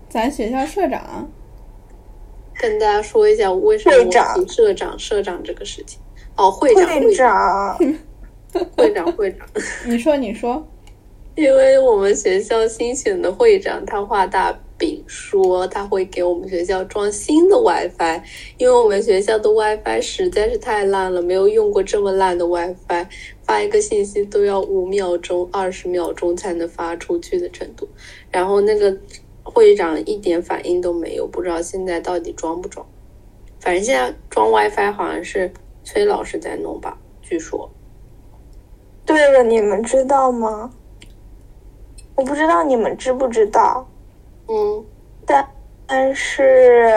[SPEAKER 1] 咱学校社长
[SPEAKER 2] 跟大家说一下为什么
[SPEAKER 3] 会长
[SPEAKER 2] 我提社长社长这个事情。哦，会长，
[SPEAKER 3] 队
[SPEAKER 2] 会长，
[SPEAKER 3] 长，
[SPEAKER 2] 会长，会长，
[SPEAKER 1] 你说你说，
[SPEAKER 2] 因为我们学校新选的会长，他画大饼说他会给我们学校装新的 WiFi，因为我们学校的 WiFi 实在是太烂了，没有用过这么烂的 WiFi，发一个信息都要五秒钟、二十秒钟才能发出去的程度。然后那个会长一点反应都没有，不知道现在到底装不装。反正现在装 WiFi 好像是崔老师在弄吧，据说。
[SPEAKER 3] 对了，你们知道吗？我不知道你们知不知道，
[SPEAKER 2] 嗯，
[SPEAKER 3] 但但是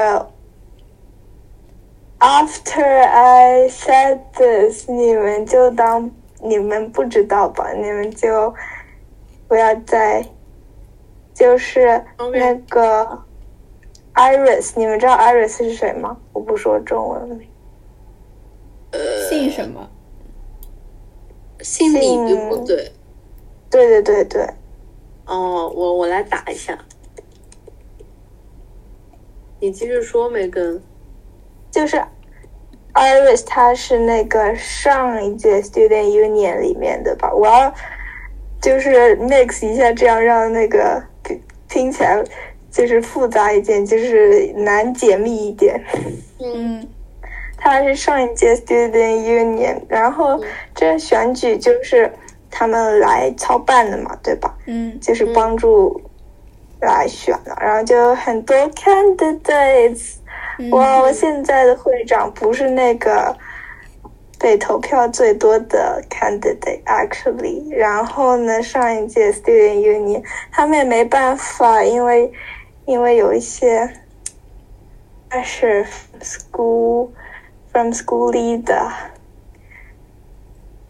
[SPEAKER 3] ，after I said this，你们就当你们不知道吧，你们就不要再，就是那
[SPEAKER 2] OK
[SPEAKER 3] 个 Iris，你们知道 Iris 是谁吗？我不说中文名，
[SPEAKER 2] 呃
[SPEAKER 1] 姓什么？
[SPEAKER 2] 姓李
[SPEAKER 3] 姓
[SPEAKER 2] 对不对？
[SPEAKER 3] 对对对对，
[SPEAKER 2] 哦，我我来打一下。你继续说，梅根。
[SPEAKER 3] 就是 Iris，他是那个上一届 Student Union 里面的吧？我要就是 mix 一下，这样让那个拼拼起来就是复杂一点，就是难解密一点。
[SPEAKER 1] 嗯，
[SPEAKER 3] 他是上一届 Student Union，然后这选举就是他们来操办的嘛，对吧？
[SPEAKER 1] 嗯
[SPEAKER 3] 就是帮助来选的，然后就很多 candidates。哇，
[SPEAKER 1] 嗯
[SPEAKER 3] 我现在的会长不是那个被投票最多的 candidate actually。然后呢，上一届 student union 他们也没办法，因为因为有一些，但是 school from school leader。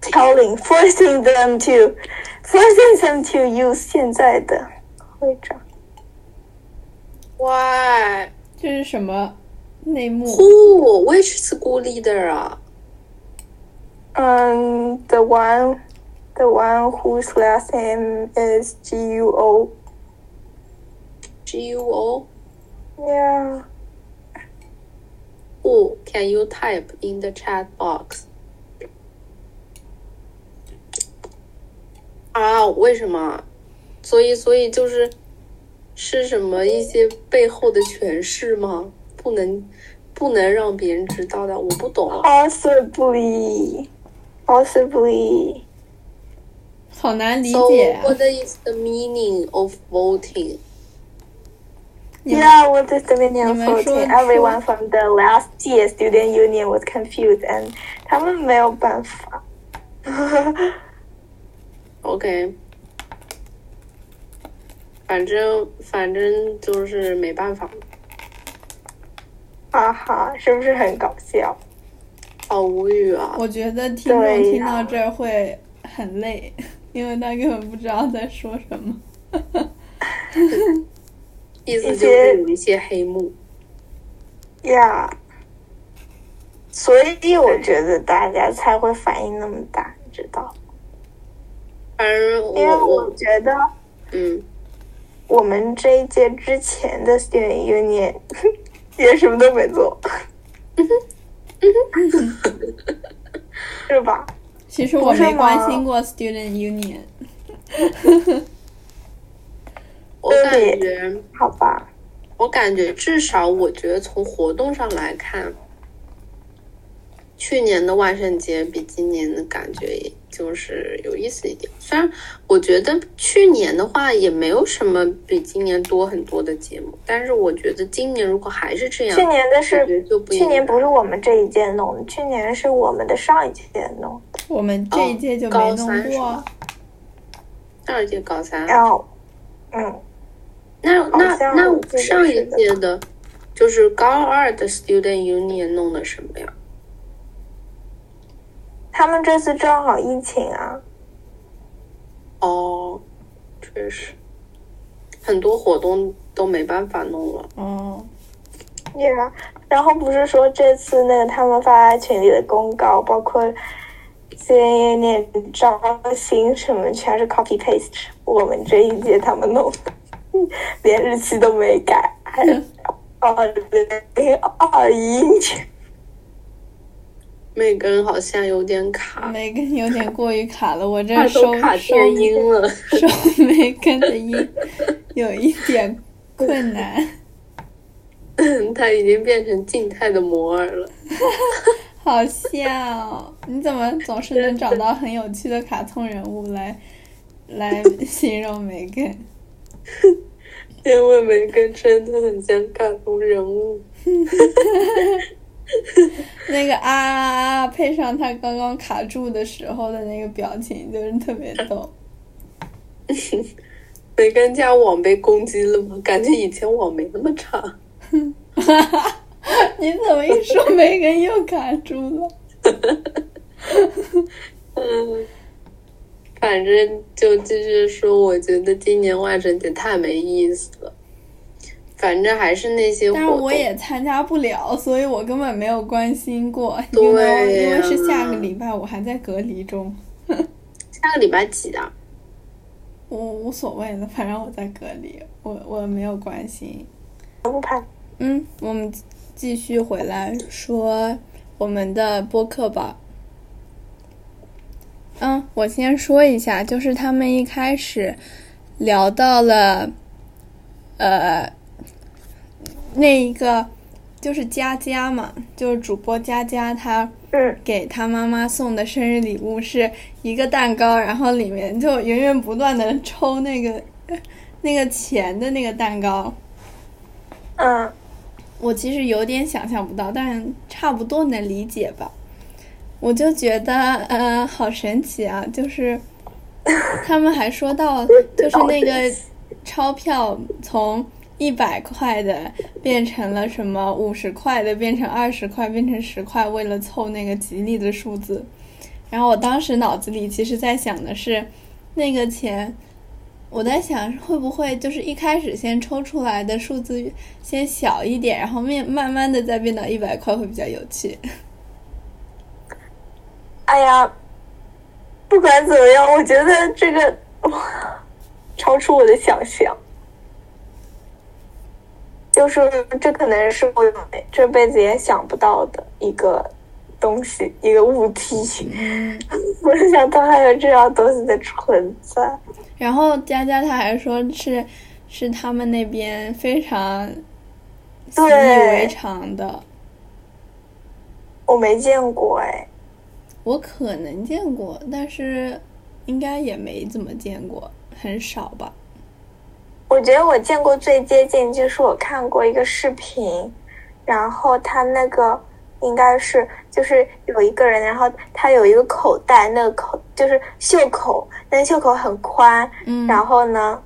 [SPEAKER 3] telling, forcing them to, forcing them to use 现在的会长。
[SPEAKER 2] Why?
[SPEAKER 1] 这是什么内幕？
[SPEAKER 2] Who? Which school leader 啊？
[SPEAKER 3] Um, the one, the one whose last name is G U O.
[SPEAKER 2] G U O.
[SPEAKER 3] Yeah.
[SPEAKER 2] Who can you type in the chat box? 啊，为什么？所以，所以就是是什么一些背后的诠释吗？不能，不能让别人知道的，我不懂。啊
[SPEAKER 3] Possibly, possibly.
[SPEAKER 1] 好难理
[SPEAKER 2] So
[SPEAKER 1] 解啊！
[SPEAKER 2] what is the meaning of voting？
[SPEAKER 1] Yeah.
[SPEAKER 3] Yeah, what is the meaning of
[SPEAKER 1] You mentioned
[SPEAKER 3] voting? Everyone from the last year student union was confused, and 他们没有办法。
[SPEAKER 2] OK，反正反正就是没办法，
[SPEAKER 3] 哈哈，是不是很搞笑？
[SPEAKER 2] 好无语啊！
[SPEAKER 1] 我觉得听众
[SPEAKER 3] 对呀
[SPEAKER 1] 听到这儿会很累， 因为他根本不知道在说什么。
[SPEAKER 2] 意思就是有一些黑幕。
[SPEAKER 3] 呀，所以我觉得大家才会反应那么大，你知道？
[SPEAKER 2] 反正我
[SPEAKER 3] 因为我
[SPEAKER 2] 我
[SPEAKER 3] 觉得
[SPEAKER 2] 嗯，
[SPEAKER 3] 我们这一届之前的 student union 也什么都没做，
[SPEAKER 2] 嗯
[SPEAKER 3] 是吧？
[SPEAKER 1] 其实我
[SPEAKER 3] 不是
[SPEAKER 1] 没
[SPEAKER 2] 哦
[SPEAKER 3] 吗
[SPEAKER 1] 关心过 Student Union，
[SPEAKER 2] 我感觉，
[SPEAKER 3] 好吧，
[SPEAKER 2] 我感觉至少我觉得从活动上来看，去年的万圣节比今年的感觉也就是有意思一点。虽然我觉得去年的话也没有什么比今年多很多的节目，但是我觉得今年如果还是这样，
[SPEAKER 3] 去年的
[SPEAKER 2] 我觉得
[SPEAKER 3] 是
[SPEAKER 2] 就不一
[SPEAKER 3] 去年
[SPEAKER 2] 样
[SPEAKER 3] 不是我们这一届弄的，去年是我们的上一届弄的。
[SPEAKER 1] 我们这一届就没
[SPEAKER 2] 高
[SPEAKER 1] 弄
[SPEAKER 2] 三是
[SPEAKER 1] 过
[SPEAKER 2] 吗。上一届高三，
[SPEAKER 3] 然后，嗯，
[SPEAKER 2] 那
[SPEAKER 3] 哎好
[SPEAKER 2] 那
[SPEAKER 3] 像我记
[SPEAKER 2] 那
[SPEAKER 3] 得
[SPEAKER 2] 上一
[SPEAKER 3] 是的
[SPEAKER 2] 届的，就是高二的 Student Union 弄的什么呀？
[SPEAKER 3] 他们这次正好疫情啊，
[SPEAKER 2] 哦，确实，很多活动都没办法弄了。
[SPEAKER 1] 哦，
[SPEAKER 3] 对啊。然后不是说这次那个他们发群里的公告，包括 CNN 那招新什么，全是 copy paste 我们这一届他们弄的，连日期都没改，还是二零二一年。
[SPEAKER 2] 那根好像有点卡，
[SPEAKER 1] 梅根有点过于卡了，我这
[SPEAKER 2] 它
[SPEAKER 1] 收
[SPEAKER 2] 都卡
[SPEAKER 1] 收
[SPEAKER 2] 电音了。
[SPEAKER 1] 收 梅根的音有一点困难。
[SPEAKER 2] 它已经变成静态的摩尔了。
[SPEAKER 1] 好笑、你怎么总是能找到很有趣的卡通人物来 来形容梅根？
[SPEAKER 2] 因为梅根真的很像卡通人物。
[SPEAKER 1] 那个啊啊啊，配上他刚刚卡住的时候的那个表情，就是特别逗。
[SPEAKER 2] 梅根家网被攻击了吗？感觉以前网没那么差。
[SPEAKER 1] 你怎么一说梅根又卡住了？
[SPEAKER 2] 嗯，反正就继续说，我觉得今年万圣节太没意思了。反正还是那些活
[SPEAKER 1] 但是
[SPEAKER 2] 动，
[SPEAKER 1] 我也参加不了，所以我根本没有关心过，因
[SPEAKER 2] 对
[SPEAKER 1] 为因为是
[SPEAKER 2] 呀
[SPEAKER 1] 下个礼拜我还在隔离中，
[SPEAKER 2] 下个礼拜几啊？
[SPEAKER 1] 我无所谓了，反正我在隔离，我我没有关心。
[SPEAKER 3] 不拍
[SPEAKER 1] 嗯，我们继续回来说我们的播客吧。嗯，我先说一下，就是他们一开始聊到了，呃，那一个就是佳佳嘛，就是主播佳佳她
[SPEAKER 3] 嗯，
[SPEAKER 1] 给她妈妈送的生日礼物是一个蛋糕，然后里面就源源不断的抽那个 那个钱的那个蛋糕。
[SPEAKER 3] 嗯，
[SPEAKER 1] 我其实有点想象不到，但差不多能理解吧。我就觉得，呃，好神奇啊！就是他们还说到，就是那个钞票从一百块的变成了什么五十块的，变成二十块，变成十块，为了凑那个吉利的数字。然后我当时脑子里其实在想的是，那个钱，我在想会不会就是一开始先抽出来的数字先小一点，然后面慢慢的再变到一百块会比较有趣。
[SPEAKER 3] 哎呀，不管怎么样，我觉得这个哇超出我的想象。就是这可能是我这辈子也想不到的一个东西，一个物体。 我没想到还有这样东西的存在。
[SPEAKER 1] 然后佳佳她还说是是他们那边非常习以为
[SPEAKER 3] 对，
[SPEAKER 1] 常的，
[SPEAKER 3] 我没见过哎。
[SPEAKER 1] 我可能见过，但是应该也没怎么见过，很少吧。
[SPEAKER 3] 我觉得我见过最接近就是我看过一个视频，然后他那个应该是就是有一个人，然后他有一个口袋，那个口就是袖口，那个袖口很宽，
[SPEAKER 1] 嗯，
[SPEAKER 3] 然后呢，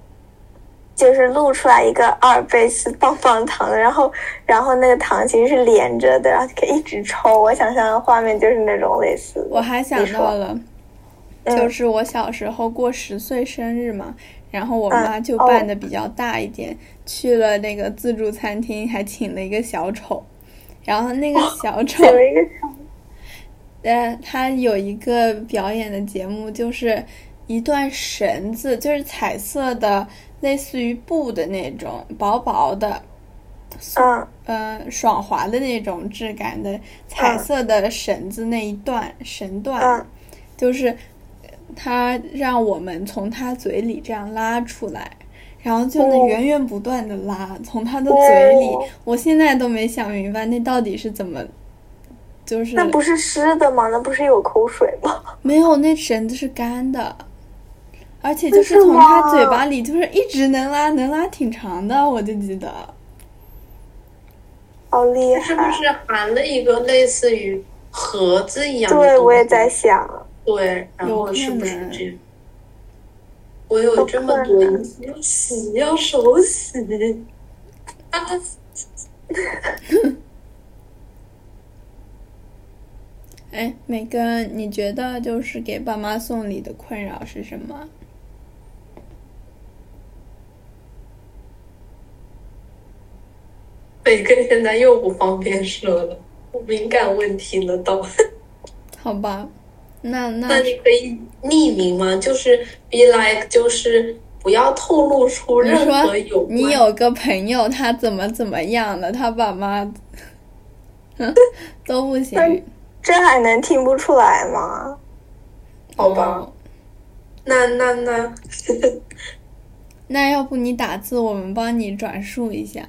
[SPEAKER 3] 就是露出来一个阿尔卑斯棒棒糖，然后然后那个糖其实是连着的，然后就可以一直抽。我想象的画面就是那种类似的。
[SPEAKER 1] 我还想
[SPEAKER 3] 你说
[SPEAKER 1] 到了，
[SPEAKER 3] 嗯
[SPEAKER 1] 就是我小时候过十岁生日嘛，然后我妈就
[SPEAKER 3] 哦
[SPEAKER 1] 办的比较大一点，去了那个自助餐厅，还请了一个小丑，然后
[SPEAKER 3] 哦
[SPEAKER 1] 那个小丑，
[SPEAKER 3] 有一个
[SPEAKER 1] 呃，他有一个表演的节目，就是一段绳子，就是彩色的，类似于布的那种，薄薄的，
[SPEAKER 3] 嗯
[SPEAKER 1] 呃爽滑的那种质感的彩色的绳子那一段、绳段，
[SPEAKER 3] 嗯
[SPEAKER 1] 就是呃它让我们从它嘴里这样拉出来，然后就能源源不断的拉，从他的嘴里
[SPEAKER 3] 哦，
[SPEAKER 1] 我现在都没想明白那到底是怎么，就是
[SPEAKER 3] 那不是湿的吗？那不是有口水吗？
[SPEAKER 1] 没有那绳子是干的，而且就是
[SPEAKER 3] 是
[SPEAKER 1] 从他
[SPEAKER 3] 吗
[SPEAKER 1] 嘴巴里就是一直能拉，能拉挺长的，我就记得。
[SPEAKER 3] 好厉
[SPEAKER 2] 是不
[SPEAKER 3] 害！
[SPEAKER 2] 是含了一个类似于盒子一样的东西？
[SPEAKER 3] 对，我也在想，
[SPEAKER 2] 对，然
[SPEAKER 1] 有
[SPEAKER 2] 后
[SPEAKER 1] 可
[SPEAKER 2] 是不是
[SPEAKER 1] 能
[SPEAKER 2] 这样？我有这么多衣服要洗，要手洗。啊，
[SPEAKER 1] 哎，梅根，你觉得就是给爸妈送礼的困扰是什么？
[SPEAKER 2] 北哥现在又不方便说了，敏感问题了都。
[SPEAKER 1] 好吧，那那
[SPEAKER 2] 那你可以匿名吗？就是 be like，就是不要透露出
[SPEAKER 1] 你
[SPEAKER 2] 任何有
[SPEAKER 1] 说
[SPEAKER 2] 关
[SPEAKER 1] 你有个朋友，他怎么怎么样了，他爸 妈，嗯都不行，
[SPEAKER 3] 这还能听不出来吗？
[SPEAKER 2] 好
[SPEAKER 1] 哦
[SPEAKER 2] 吧？那那那，
[SPEAKER 1] 那要不你打字，我们帮你转述一下。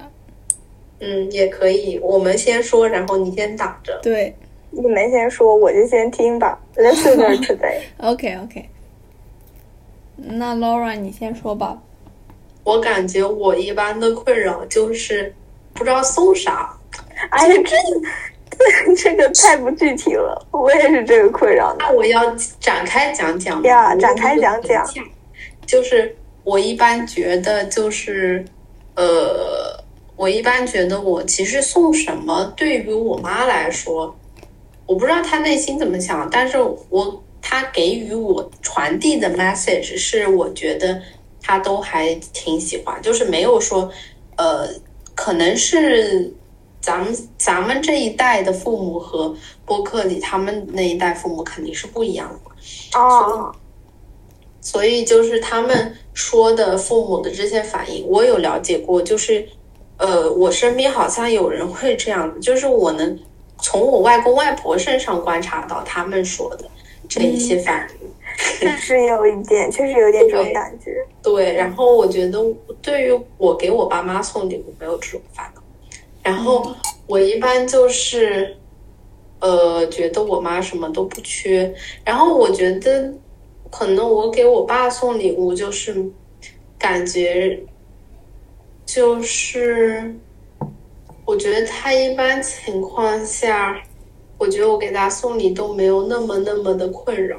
[SPEAKER 2] 嗯，也可以。我们先说，然后你先打着。
[SPEAKER 1] 对
[SPEAKER 3] 你们先说，我就先听吧。Listener today，
[SPEAKER 1] ，OK OK。那 Laura，你先说吧。
[SPEAKER 2] 我感觉我一般的困扰就是不知道送啥。
[SPEAKER 3] 哎呀，这这个太不具体了，我也是这个困扰呢。
[SPEAKER 2] 那我要展开讲讲吧
[SPEAKER 3] 呀展开讲讲。
[SPEAKER 2] 就是我一般觉得，就是呃，我一般觉得我其实送什么，对于我妈来说，我不知道她内心怎么想，但是我她给予我传递的 message 是，我觉得她都还挺喜欢，就是没有说呃，可能是咱们咱们这一代的父母和播客里他们那一代父母肯定是不一样的。
[SPEAKER 3] 哦，
[SPEAKER 2] 所以就是他们说的父母的这些反应，我有了解过，就是，呃，我身边好像有人会这样子，就是我能从我外公外婆身上观察到他们说的这一些反应。
[SPEAKER 3] 确实有一点，确实有一点这种感觉。
[SPEAKER 2] 对，然后我觉得对于我给我爸妈送礼物没有这种烦恼，然后我一般就是，呃，觉得我妈什么都不缺，然后我觉得可能我给我爸送礼物就是感觉就是，我觉得他一般情况下，我觉得我给他送礼都没有那么那么的困扰，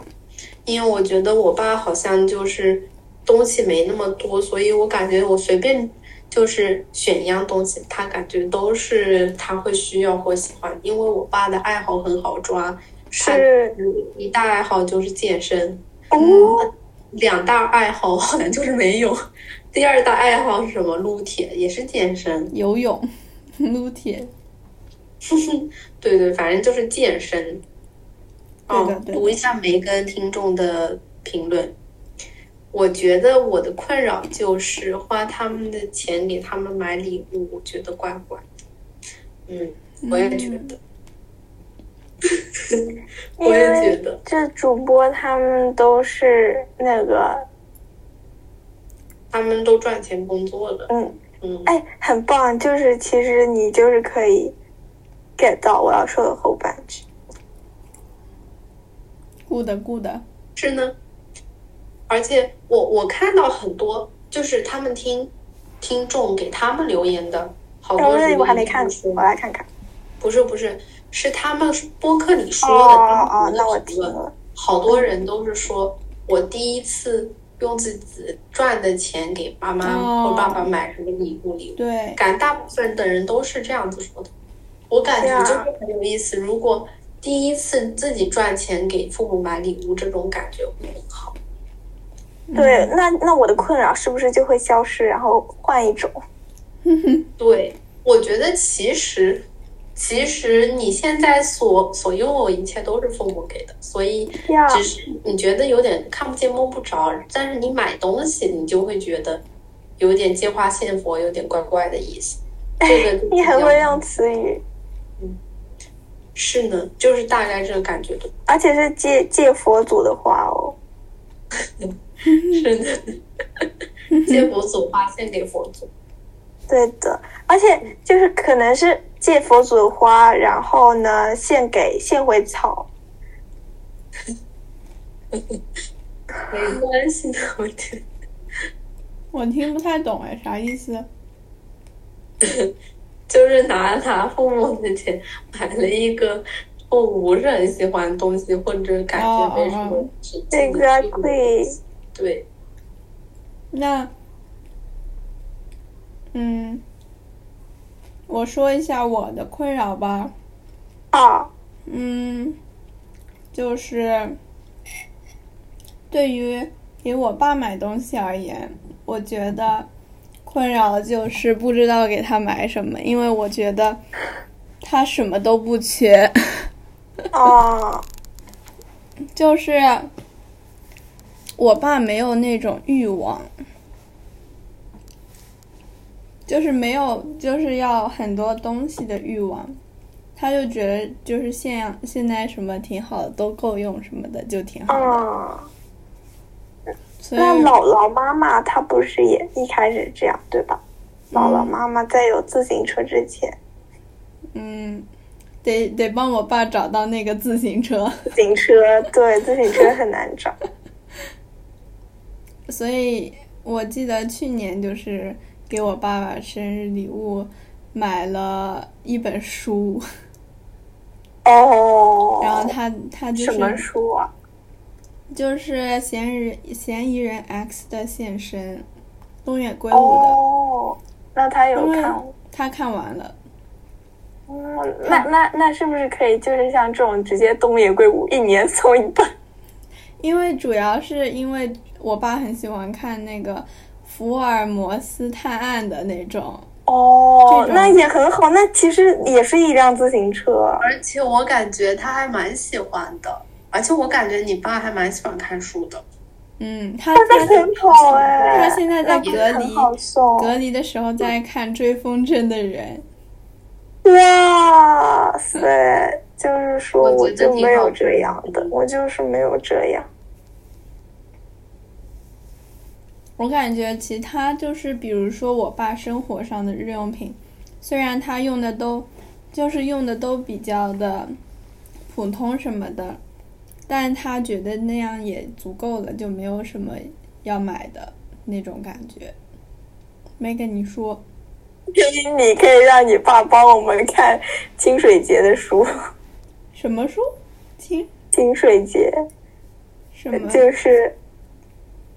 [SPEAKER 2] 因为我觉得我爸好像就是东西没那么多，所以我感觉我随便就是选一样东西，他感觉都是他会需要或喜欢，因为我爸的爱好很好抓，他
[SPEAKER 3] 是
[SPEAKER 2] 一大爱好就是健身。
[SPEAKER 3] 哦，
[SPEAKER 2] 两大爱好好像就是没有。 第二大爱好是什么？撸铁也是健身，
[SPEAKER 1] 游泳，撸铁，
[SPEAKER 2] 对对，反正就是健身。哦
[SPEAKER 1] 对的，对的
[SPEAKER 2] 读一下梅根听众的评论。我觉得我的困扰就是花他们的钱给他们买礼物，我觉得怪怪的。嗯，我也觉得，
[SPEAKER 3] 因
[SPEAKER 2] 我也觉
[SPEAKER 3] 为
[SPEAKER 2] 得，
[SPEAKER 3] 这主播他们都是那个，
[SPEAKER 2] 他们都赚钱工作了。
[SPEAKER 3] 嗯，
[SPEAKER 2] 嗯，
[SPEAKER 3] 哎，很棒，就是其实你就是可以 get 到我要说的后半句。
[SPEAKER 1] good good。
[SPEAKER 2] 是呢，而且我我看到很多就是他们听听众给他们留言的好
[SPEAKER 3] 哎，我
[SPEAKER 2] 多
[SPEAKER 3] 这里我还没看
[SPEAKER 2] 看，
[SPEAKER 3] 我来看看。
[SPEAKER 2] 不是不是是他们播客里
[SPEAKER 3] 哦
[SPEAKER 2] 说的，
[SPEAKER 3] 哦
[SPEAKER 2] 他
[SPEAKER 3] 哦
[SPEAKER 2] 们，
[SPEAKER 3] 那我
[SPEAKER 2] 评
[SPEAKER 3] 听
[SPEAKER 2] 论
[SPEAKER 3] 了。
[SPEAKER 2] 好多人都是说我第一次用自己赚的钱给爸妈
[SPEAKER 1] 哦
[SPEAKER 2] 或爸爸买什么礼物礼物。
[SPEAKER 1] 对，
[SPEAKER 2] 感觉大部分的人都是这样子说的。我感
[SPEAKER 3] 啊
[SPEAKER 2] 觉就是很有意思。如果第一次自己赚钱给父母买礼物，这种感觉会很好。
[SPEAKER 3] 对，那那我的困扰是不是就会消失，然后换一种？
[SPEAKER 2] 对，我觉得其实，其实你现在所所拥有一切都是父母给的，所以
[SPEAKER 3] 呀，
[SPEAKER 2] 只是你觉得有点看不见摸不着，但是你买东西，你就会觉得有点借花献佛，有点怪怪的意思。这个就是
[SPEAKER 3] 你很
[SPEAKER 2] 比较
[SPEAKER 3] 会用词语，
[SPEAKER 2] 是呢，就是大概这个感觉对吧
[SPEAKER 3] 而且是借借佛祖的话哦。
[SPEAKER 2] 是的，
[SPEAKER 3] 嗯
[SPEAKER 2] 借佛祖花献给佛祖。
[SPEAKER 3] 对的，而且就是可能是借佛祖的花，然后呢献给献回草，
[SPEAKER 2] 没关系的，我觉得
[SPEAKER 1] 我听不太懂哎，啥意思？
[SPEAKER 2] 就是拿拿父母的钱买了一个我不是很喜欢的东西，或者感觉没什么实际的用途
[SPEAKER 3] Exactly
[SPEAKER 2] 对，
[SPEAKER 1] 那，嗯，我说一下我的困扰吧。
[SPEAKER 3] 啊，
[SPEAKER 1] 嗯，就是对于给我爸买东西而言，我觉得困扰就是不知道给他买什么，因为我觉得他什么都不缺。
[SPEAKER 3] 哦，
[SPEAKER 1] 就是我爸没有那种欲望，就是没有就是要很多东西的欲望，他就觉得就是现现在什么挺好的都够用什么的就挺好的，
[SPEAKER 3] 嗯，
[SPEAKER 1] 所以
[SPEAKER 3] 那姥姥妈妈她不是也一开始这样对吧？姥姥妈妈在有自行车之前，
[SPEAKER 1] 嗯，得得帮我爸找到那个自行车，
[SPEAKER 3] 自行车对自行车很难找，
[SPEAKER 1] 所以我记得去年就是给我爸爸生日礼物买了一本书。
[SPEAKER 3] 哦，
[SPEAKER 1] 然后他他就
[SPEAKER 3] 什么
[SPEAKER 1] 是
[SPEAKER 3] 书啊？
[SPEAKER 1] 就是嫌疑人嫌疑人 X 的现身，东野圭吾的，
[SPEAKER 3] 哦，那他有
[SPEAKER 1] 因为
[SPEAKER 3] 看过。
[SPEAKER 1] 他看完了，
[SPEAKER 3] 嗯，那那那是不是可以就是像这种直接东野圭吾一年送一本？
[SPEAKER 1] 因为主要是因为我爸很喜欢看那个福尔摩斯探案的那种，
[SPEAKER 3] 哦
[SPEAKER 1] 这种
[SPEAKER 3] 那也很好，那其实也是一辆自行车。
[SPEAKER 2] 而且我感觉他还蛮喜欢的，而且我感觉你爸还蛮喜欢看书的。
[SPEAKER 1] 嗯，他
[SPEAKER 3] 那
[SPEAKER 1] 他
[SPEAKER 3] 很好哎，
[SPEAKER 1] 他现在在隔
[SPEAKER 3] 那
[SPEAKER 1] 离
[SPEAKER 3] 很好送。
[SPEAKER 1] 隔离的时候在看《追风筝的人》，
[SPEAKER 3] 哇塞，就是说
[SPEAKER 2] 我
[SPEAKER 3] 我
[SPEAKER 2] 觉得
[SPEAKER 3] 就
[SPEAKER 2] 挺
[SPEAKER 3] 没
[SPEAKER 2] 好
[SPEAKER 3] 有
[SPEAKER 2] 的
[SPEAKER 3] 这样的，我就是没有这样。
[SPEAKER 1] 我感觉其他就是，比如说我爸生活上的日用品，虽然他用的都，就是用的都比较的普通什么的，但他觉得那样也足够了，就没有什么要买的那种感觉。没跟你说，
[SPEAKER 3] 你可以让你爸帮我们看清水节的书，
[SPEAKER 1] 什么书？听
[SPEAKER 3] 清水节。
[SPEAKER 1] 什么？
[SPEAKER 3] 呃就是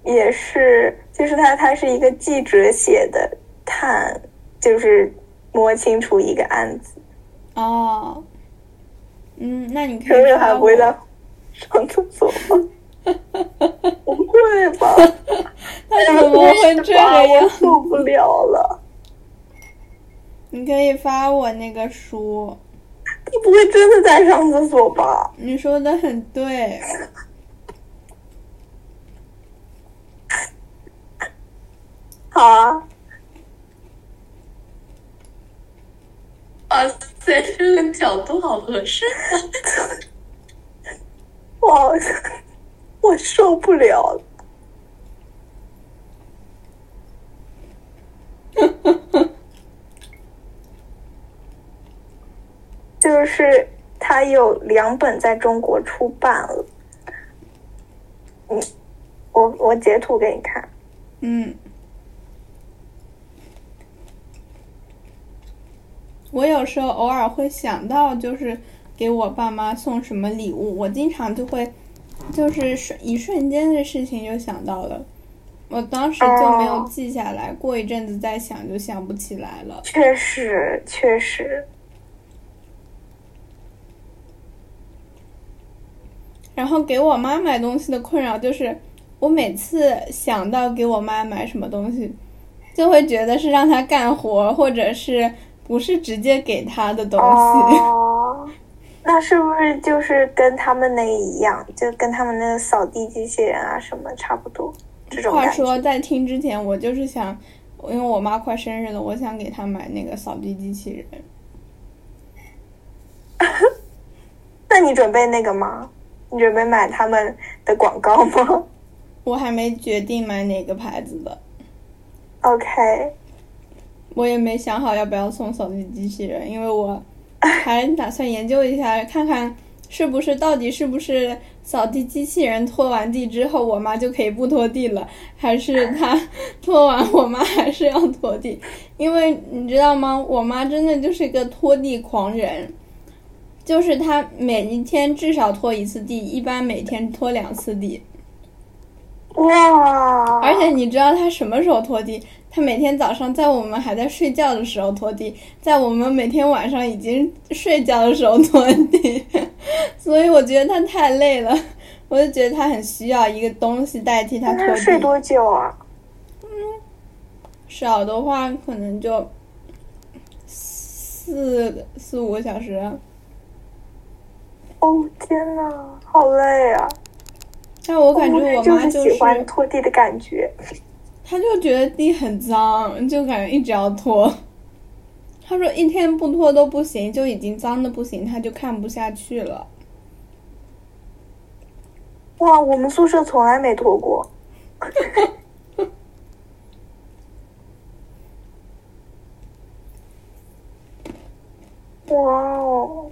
[SPEAKER 3] 也是就是他他是一个记者写的探，就是摸清楚一个案子，
[SPEAKER 1] 哦，嗯，那你可
[SPEAKER 3] 生
[SPEAKER 1] 以
[SPEAKER 3] 日
[SPEAKER 1] 发
[SPEAKER 3] 还
[SPEAKER 1] 我
[SPEAKER 3] 不会到上厕所 吗？不会吧？
[SPEAKER 1] 他 怎么会这个
[SPEAKER 3] 我
[SPEAKER 1] 样？
[SPEAKER 3] 受不了了！
[SPEAKER 1] 你可以发我那个书，
[SPEAKER 3] 他不会真的在上厕所吧？
[SPEAKER 1] 你说的很对。
[SPEAKER 3] 好啊，
[SPEAKER 2] 哇塞，这个角度好合适啊！
[SPEAKER 3] 我我受不了了。 就是它有两本在中国出版了，嗯，我我截图给你看，
[SPEAKER 1] 嗯，我有时候偶尔会想到，就是给我爸妈送什么礼物，我经常就会，就是瞬一瞬间的事情就想到了，我当时就没有
[SPEAKER 3] 哦
[SPEAKER 1] 记下来，过一阵子再想就想不起来了。
[SPEAKER 3] 确实确实，
[SPEAKER 1] 然后给我妈买东西的困扰就是，我每次想到给我妈买什么东西，就会觉得是让她干活，或者是不是直接给她的东西。
[SPEAKER 3] 哦，那是不是就是跟他们那个一样，就跟他们那个扫地机器人啊什么差不多？这种
[SPEAKER 1] 话
[SPEAKER 3] 感觉
[SPEAKER 1] 说，在听之前，我就是想，因为我妈快生日了，我想给她买那个扫地机器人。
[SPEAKER 3] 那你准备那个吗？你准备买他们的广告吗？
[SPEAKER 1] 我还没决定买哪个牌子的，
[SPEAKER 3] OK，
[SPEAKER 1] 我也没想好要不要送扫地机器人，因为我 还打算研究一下，看看是不是到底是不是扫地机器人拖完地之后，我妈就可以不拖地了，还是她拖完我妈还是要拖地？因为你知道吗，我妈真的就是一个拖地狂人，就是她每一天至少拖一次地，一般每天拖两次地。
[SPEAKER 3] 哇！
[SPEAKER 1] 而且你知道他什么时候拖地？他每天早上在我们还在睡觉的时候拖地，在我们每天晚上已经睡觉的时候拖地， 所以我觉得他太累了，我就觉得他很需要一个东西代替他
[SPEAKER 3] 那
[SPEAKER 1] 拖
[SPEAKER 3] 他睡
[SPEAKER 1] 地。
[SPEAKER 3] 多久啊？
[SPEAKER 1] 少的话可能就四四五个小时，
[SPEAKER 3] 哦天哪，好累啊！
[SPEAKER 1] 但我感觉
[SPEAKER 3] 我
[SPEAKER 1] 我
[SPEAKER 3] 哦就
[SPEAKER 1] 妈
[SPEAKER 3] 是
[SPEAKER 1] 就是
[SPEAKER 3] 喜欢拖地的感觉。
[SPEAKER 1] 他就觉得地很脏，就感觉一直要拖。他说一天不拖都不行，就已经脏的不行，他就看不下去了。
[SPEAKER 3] 哇，我们宿舍从来没拖过。 哇哦，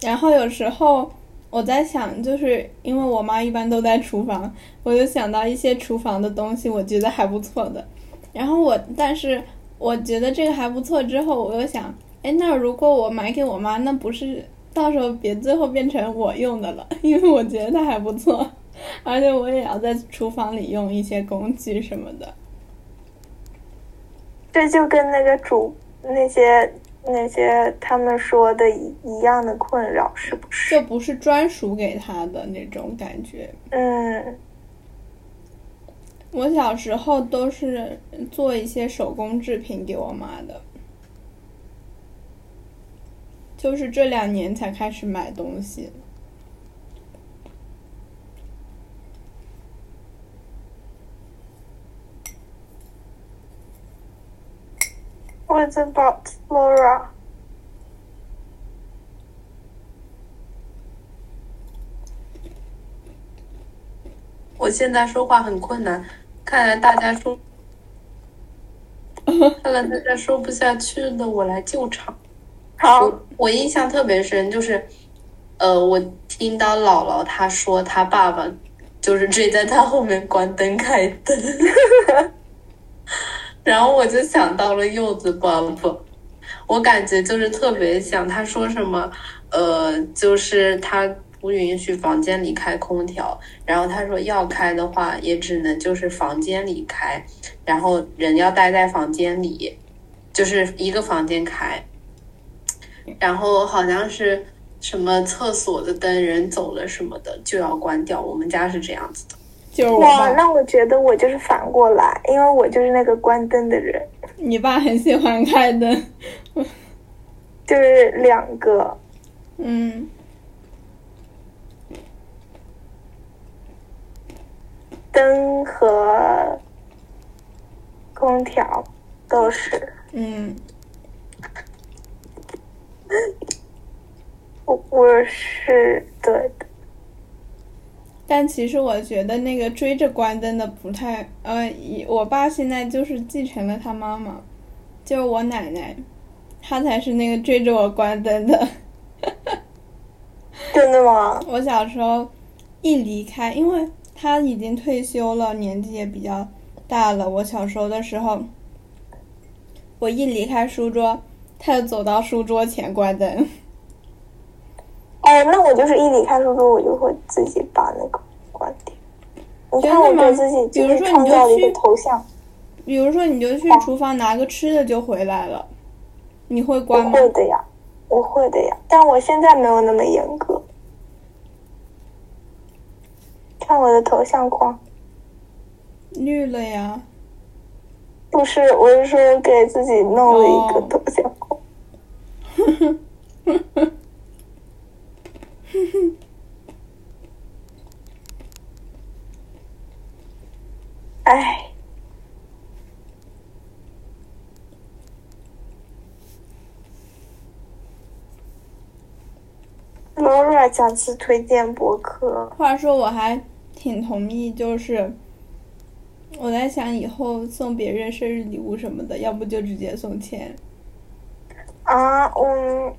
[SPEAKER 1] 然后有时候我在想，就是因为我妈一般都在厨房，我就想到一些厨房的东西，我觉得还不错的。然后我，但是我觉得这个还不错之后，我又想，哎，那如果我买给我妈，那不是到时候别最后变成我用的了？ 因为我觉得它还不错，而且我也要在厨房里用一些工具什么的。
[SPEAKER 3] 这就跟那个主那些那些他们说的一一样的困扰，是不是？
[SPEAKER 1] 就不是专属给他的那种感觉。
[SPEAKER 3] 嗯，
[SPEAKER 1] 我小时候都是做一些手工制品给我妈的，就是这两年才开始买东西。
[SPEAKER 3] 我 h a about Laura？
[SPEAKER 2] 我现在说话很困难，看来大家说，看来大家说不下去的，我来救场。
[SPEAKER 3] 好，
[SPEAKER 2] 我我印象特别深，就是，呃，我听到姥姥她说她爸爸就是追在她后面关灯开灯， 然后我就想到了柚子爸爸，我感觉就是特别像他说什么，呃，就是他不允许房间里开空调，然后他说要开的话也只能就是房间里开，然后人要待在房间里，就是一个房间开。然后好像是什么厕所的灯人走了什么的就要关掉。我们家是这样子的，
[SPEAKER 1] 就是我
[SPEAKER 3] 哇，
[SPEAKER 1] 爸，
[SPEAKER 3] 那我觉得我就是反过来，因为我就是那个关灯的人，
[SPEAKER 1] 你爸很喜欢开灯。
[SPEAKER 3] 就是两个。
[SPEAKER 1] 嗯，
[SPEAKER 3] 灯和空调都是。
[SPEAKER 1] 嗯，
[SPEAKER 3] 我我是对的，
[SPEAKER 1] 但其实我觉得那个追着关灯的不太，呃，以我爸现在就是继承了他妈妈，就是我奶奶，她才是那个追着我关灯的。
[SPEAKER 3] 真的吗？
[SPEAKER 1] 我小时候一离开，因为他已经退休了，年纪也比较大了。我小时候的时候，我一离开书桌，他就走到书桌前关灯。
[SPEAKER 3] 哦，那我就是一离开书桌，我就会自己把那个关掉。你看，我
[SPEAKER 1] 真的吗
[SPEAKER 3] 对自己就
[SPEAKER 1] 比如
[SPEAKER 3] 是
[SPEAKER 1] 说你
[SPEAKER 3] 创造了一
[SPEAKER 1] 就
[SPEAKER 3] 个
[SPEAKER 1] 去
[SPEAKER 3] 头像，
[SPEAKER 1] 比如说，你就去厨房拿个吃的就回来了，你会
[SPEAKER 3] 我
[SPEAKER 1] 关吗？
[SPEAKER 3] 会的呀，我会的呀。但我现在没有那么严格。看我的头像框，
[SPEAKER 1] 绿了呀。
[SPEAKER 3] 不是，我是说我给自己弄了一个
[SPEAKER 1] 哦
[SPEAKER 3] 头像 框。哎，Laura 讲次推荐博客，
[SPEAKER 1] 话说，我还挺同意，就是我在想以后送别人生日礼物什么的，要不就直接送钱。
[SPEAKER 3] 啊，嗯，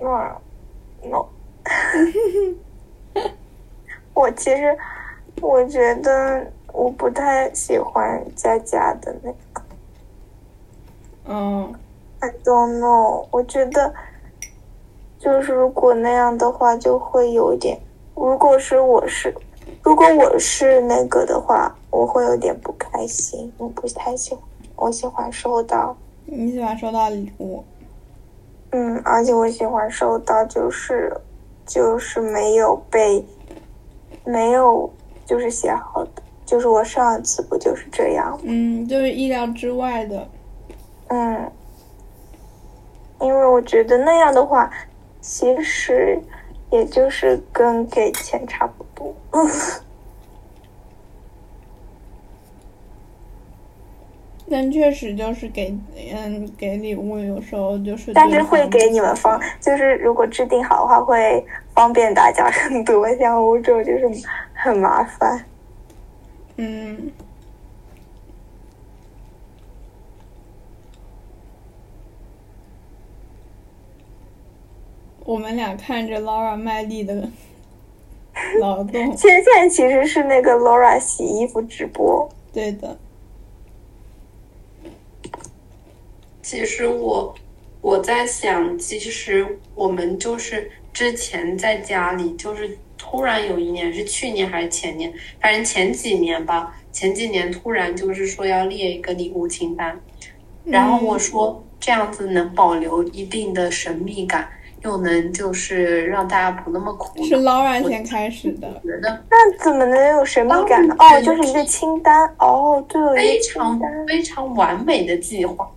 [SPEAKER 3] 那，no，我其实我觉得我不太喜欢佳佳的那个
[SPEAKER 1] 嗯，
[SPEAKER 3] ，I don't know，我觉得就是如果那样的话，就会有一点，如果是我是，如果我是那个的话，我会有点不开心，我不太喜欢，我喜欢收到。
[SPEAKER 1] 你喜欢收到礼物？
[SPEAKER 3] 嗯，而且我喜欢收到，就是就是没有被没有就是写好的，就是我上一次不就是这样？
[SPEAKER 1] 嗯，就是意料之外的。
[SPEAKER 3] 嗯，因为我觉得那样的话，其实也就是跟给钱差不多。
[SPEAKER 1] 但确实就是给嗯给礼物，有时候就是
[SPEAKER 3] 但
[SPEAKER 1] 对
[SPEAKER 3] 是会
[SPEAKER 1] 方嗯
[SPEAKER 3] 给你们方，就是如果制定好的话，会方便大家更多。像欧洲就是很麻烦。
[SPEAKER 1] 嗯。我们俩看着 Laura 卖力的劳动，
[SPEAKER 3] 现在其实是那个 Laura 洗衣服直播。
[SPEAKER 1] 对的，
[SPEAKER 2] 其实我我在想，其实我们就是之前在家里，就是突然有一年是去年还是前年，反正前几年吧，前几年突然就是说要列一个礼物清单，
[SPEAKER 1] 嗯
[SPEAKER 2] 然后我说这样子能保留一定的神秘感，又能就是让大家不那么苦
[SPEAKER 1] 是
[SPEAKER 2] 恼。
[SPEAKER 1] Laura 先开始的，
[SPEAKER 2] 觉得
[SPEAKER 3] 那怎么能有神秘感呢？
[SPEAKER 2] 当
[SPEAKER 3] 哦，
[SPEAKER 2] 然
[SPEAKER 3] 就是一个清单。哦，对，有一
[SPEAKER 2] 非
[SPEAKER 3] 个
[SPEAKER 2] 常
[SPEAKER 3] 清单。
[SPEAKER 2] 非常完美的计划，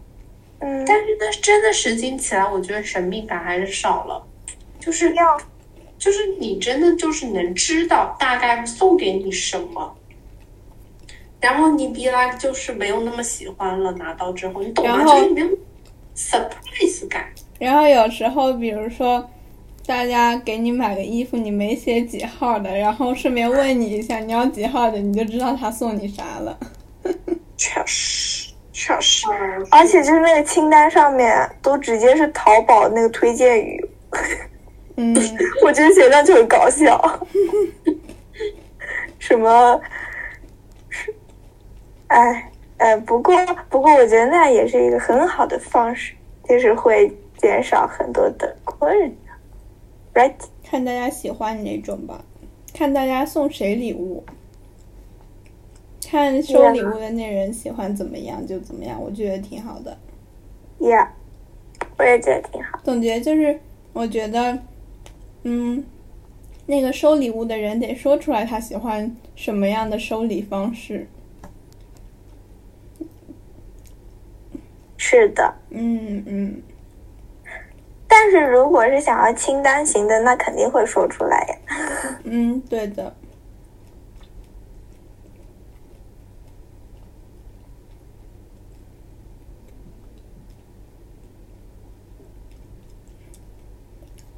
[SPEAKER 3] 嗯，
[SPEAKER 2] 但是呢，真的实行起来，我觉得神秘感还是少了，就是
[SPEAKER 3] 要
[SPEAKER 2] 就是你真的就是能知道大概送给你什么，然后你别来就是没有那么喜欢了，拿到之后你懂吗？
[SPEAKER 1] 然后
[SPEAKER 2] 就是没有 surprise 感。
[SPEAKER 1] 然后有时候比如说。大家给你买个衣服，你没写几号的，然后顺便问你一下你要几号的，你就知道他送你啥了。
[SPEAKER 3] 确实确实，而且就是那个清单上面都直接是淘宝那个推荐语，
[SPEAKER 1] 嗯，
[SPEAKER 3] 我觉得写上就很搞笑。 什么？哎哎，不过不过，我觉得那样也是一个很好的方式，就是会减少很多的困扰，right？
[SPEAKER 1] 看大家喜欢哪种吧，看大家送谁礼物，看收礼物的那人喜欢怎么样就怎么样，我觉得挺好的。
[SPEAKER 3] Yeah，我也觉得挺好。
[SPEAKER 1] 总结就是，我觉得，嗯，那个收礼物的人得说出来他喜欢什么样的收礼方式。
[SPEAKER 3] 是的，
[SPEAKER 1] 嗯嗯，
[SPEAKER 3] 但是如果是想要清单型的，那肯定会说出来呀。
[SPEAKER 1] 嗯，对的。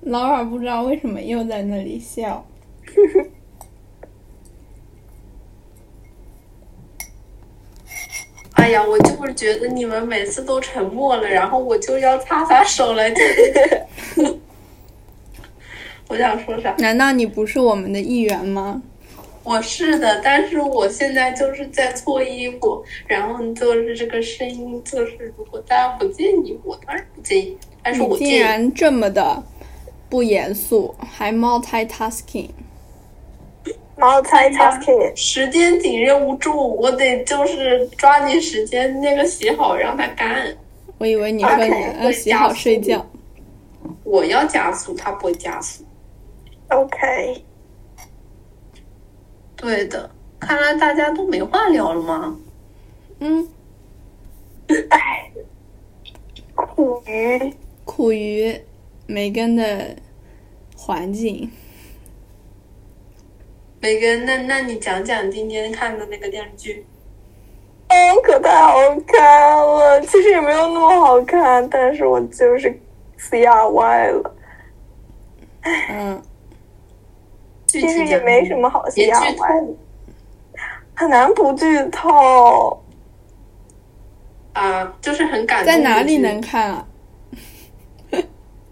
[SPEAKER 1] 劳尔不知道为什么又在那里笑。
[SPEAKER 2] 哎呀，我就是觉得你们每次都沉默了，然后我就要擦擦手来解决。 我想说啥？
[SPEAKER 1] 难道你不是我们的一员吗？
[SPEAKER 2] 我是的，但是我现在就是在做衣服，然后就是这个声音，就是如果大家不介意，我当然不介意，但是
[SPEAKER 1] 你
[SPEAKER 2] 我
[SPEAKER 1] 竟
[SPEAKER 2] 介意。
[SPEAKER 1] 然这么的不严肃，还 multitasking。
[SPEAKER 3] Multitasking，
[SPEAKER 2] 时间紧，任务重，我得就是抓紧时间那个洗好，让它干。
[SPEAKER 1] 我以为你说你
[SPEAKER 3] OK，
[SPEAKER 1] 要洗好睡觉。
[SPEAKER 2] 我要加速，它不会加速。
[SPEAKER 3] OK，
[SPEAKER 2] 对的，看来大家都没话聊了吗？
[SPEAKER 1] 嗯，
[SPEAKER 3] 哎，苦于
[SPEAKER 1] 苦于梅根的环境。
[SPEAKER 2] 梅根，那那你讲讲今天看的那个电视剧。
[SPEAKER 3] 哦，可太好看了。其实也没有那么好看，但是我就是 CRY 了。
[SPEAKER 1] 嗯，
[SPEAKER 2] 具
[SPEAKER 3] 其
[SPEAKER 2] 体
[SPEAKER 3] 实
[SPEAKER 2] 讲
[SPEAKER 3] 也没什么好
[SPEAKER 2] 别剧
[SPEAKER 3] CRY 的。
[SPEAKER 2] 透，
[SPEAKER 3] 很难不剧透。
[SPEAKER 2] 啊，就是很感动。
[SPEAKER 1] 在哪
[SPEAKER 2] 嗯
[SPEAKER 1] 里能？看啊？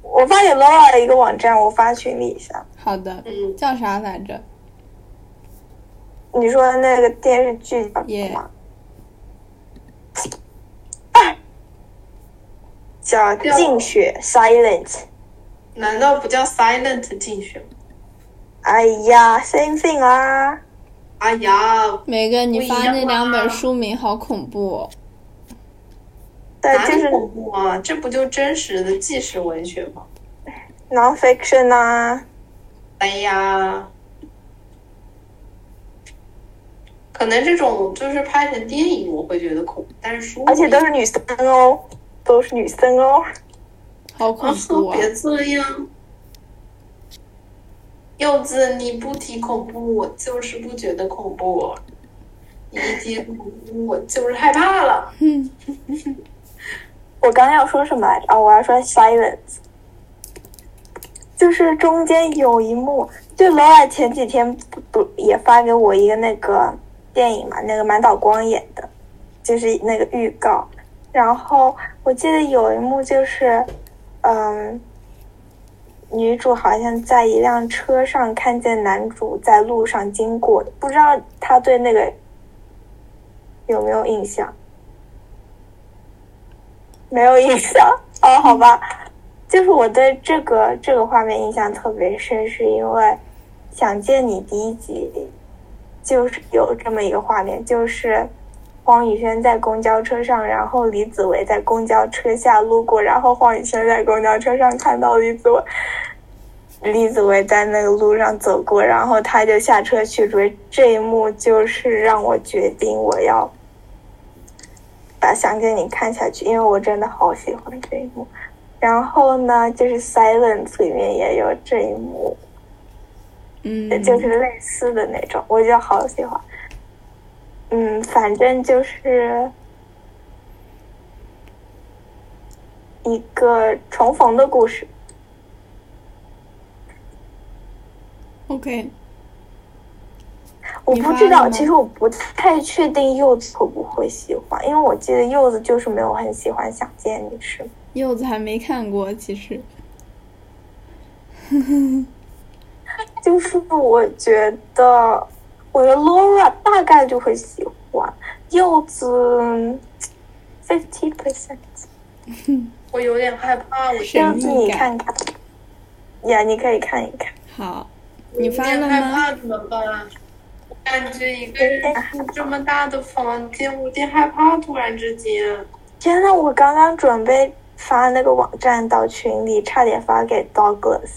[SPEAKER 3] 我发给 Laura 的一个网站，我发群里一下。
[SPEAKER 1] 好的，
[SPEAKER 2] 嗯
[SPEAKER 1] 叫啥来着？
[SPEAKER 3] 你说的那个电视剧叫什
[SPEAKER 1] Yeah
[SPEAKER 3] 么？哎叫《静雪》（Silent）。
[SPEAKER 2] 难道不叫 silent 竞选？
[SPEAKER 3] 哎呀，same thing 啊啦。
[SPEAKER 2] 哎呀，
[SPEAKER 1] 梅根，你
[SPEAKER 2] 不一
[SPEAKER 1] 发
[SPEAKER 2] 样
[SPEAKER 1] 那两本
[SPEAKER 2] 啊
[SPEAKER 1] 书名好恐怖、哦。
[SPEAKER 3] 对，
[SPEAKER 2] 哪
[SPEAKER 3] 哎就
[SPEAKER 2] 里
[SPEAKER 3] 是
[SPEAKER 2] 恐怖啊？这不就真实的纪实文学吗？
[SPEAKER 3] nonfiction 啊。
[SPEAKER 2] 哎呀，可能这种就是拍成电影，我会觉得恐怖，但是书
[SPEAKER 3] 而且都是女生哦，都是女生哦。
[SPEAKER 1] 好恐
[SPEAKER 2] 啊，
[SPEAKER 1] 怖啊！
[SPEAKER 2] 别这样。柚子，你不提恐怖，我就是不觉得恐怖；哦你一提恐怖，我就是害怕了。
[SPEAKER 3] 我刚要说什么来着？哦，我要说 silence，就是中间有一幕，就罗尔前几天不不也发给我一个那个电影嘛，那个满岛光演的，就是那个预告。然后我记得有一幕就是，嗯，女主好像在一辆车上看见男主在路上经过，不知道她对那个有没有印象？没有印象哦，好吧，就是我对这个这个画面印象特别深，是因为《想见你》第一集就是有这么一个画面，就是黄宇轩在公交车上，然后李子维在公交车下路过，然后黄宇轩在公交车上看到李子维，李子维在那个路上走过，然后他就下车去追，这一幕就是让我决定我要把《想见你》看下去，因为我真的好喜欢这一幕。然后呢，就是《Silence》里面也有这一幕，
[SPEAKER 1] 嗯，
[SPEAKER 3] 就是类似的那种，我就好喜欢。嗯，反正就是一个重逢的故事。
[SPEAKER 1] OK，
[SPEAKER 3] 我
[SPEAKER 1] 你
[SPEAKER 3] 不
[SPEAKER 1] 发
[SPEAKER 3] 知
[SPEAKER 1] 了
[SPEAKER 3] 道，
[SPEAKER 1] 吗
[SPEAKER 3] 其实我不太确定柚子会不会喜欢，因为我记得柚子就是没有很喜欢《想见你》，是吗？
[SPEAKER 1] 柚子还没看过，其实
[SPEAKER 3] 就是我觉得，我觉得 Laura 大概就会喜欢柚子，fifty percent。
[SPEAKER 2] 我有点害怕，我
[SPEAKER 1] 神
[SPEAKER 3] 柚子
[SPEAKER 1] 秘
[SPEAKER 3] 你
[SPEAKER 1] 感
[SPEAKER 3] 看看，呀，你可以看一看。
[SPEAKER 1] 好。
[SPEAKER 2] 我
[SPEAKER 1] 你
[SPEAKER 2] 有
[SPEAKER 1] 发了
[SPEAKER 2] 点害
[SPEAKER 1] 吗？
[SPEAKER 2] 怕，怎么办？我感觉一个人住这么大的房间，我有点害怕，突然之间。
[SPEAKER 3] 天呐，我刚刚准备发那个网站到群里，差点发给 Douglas。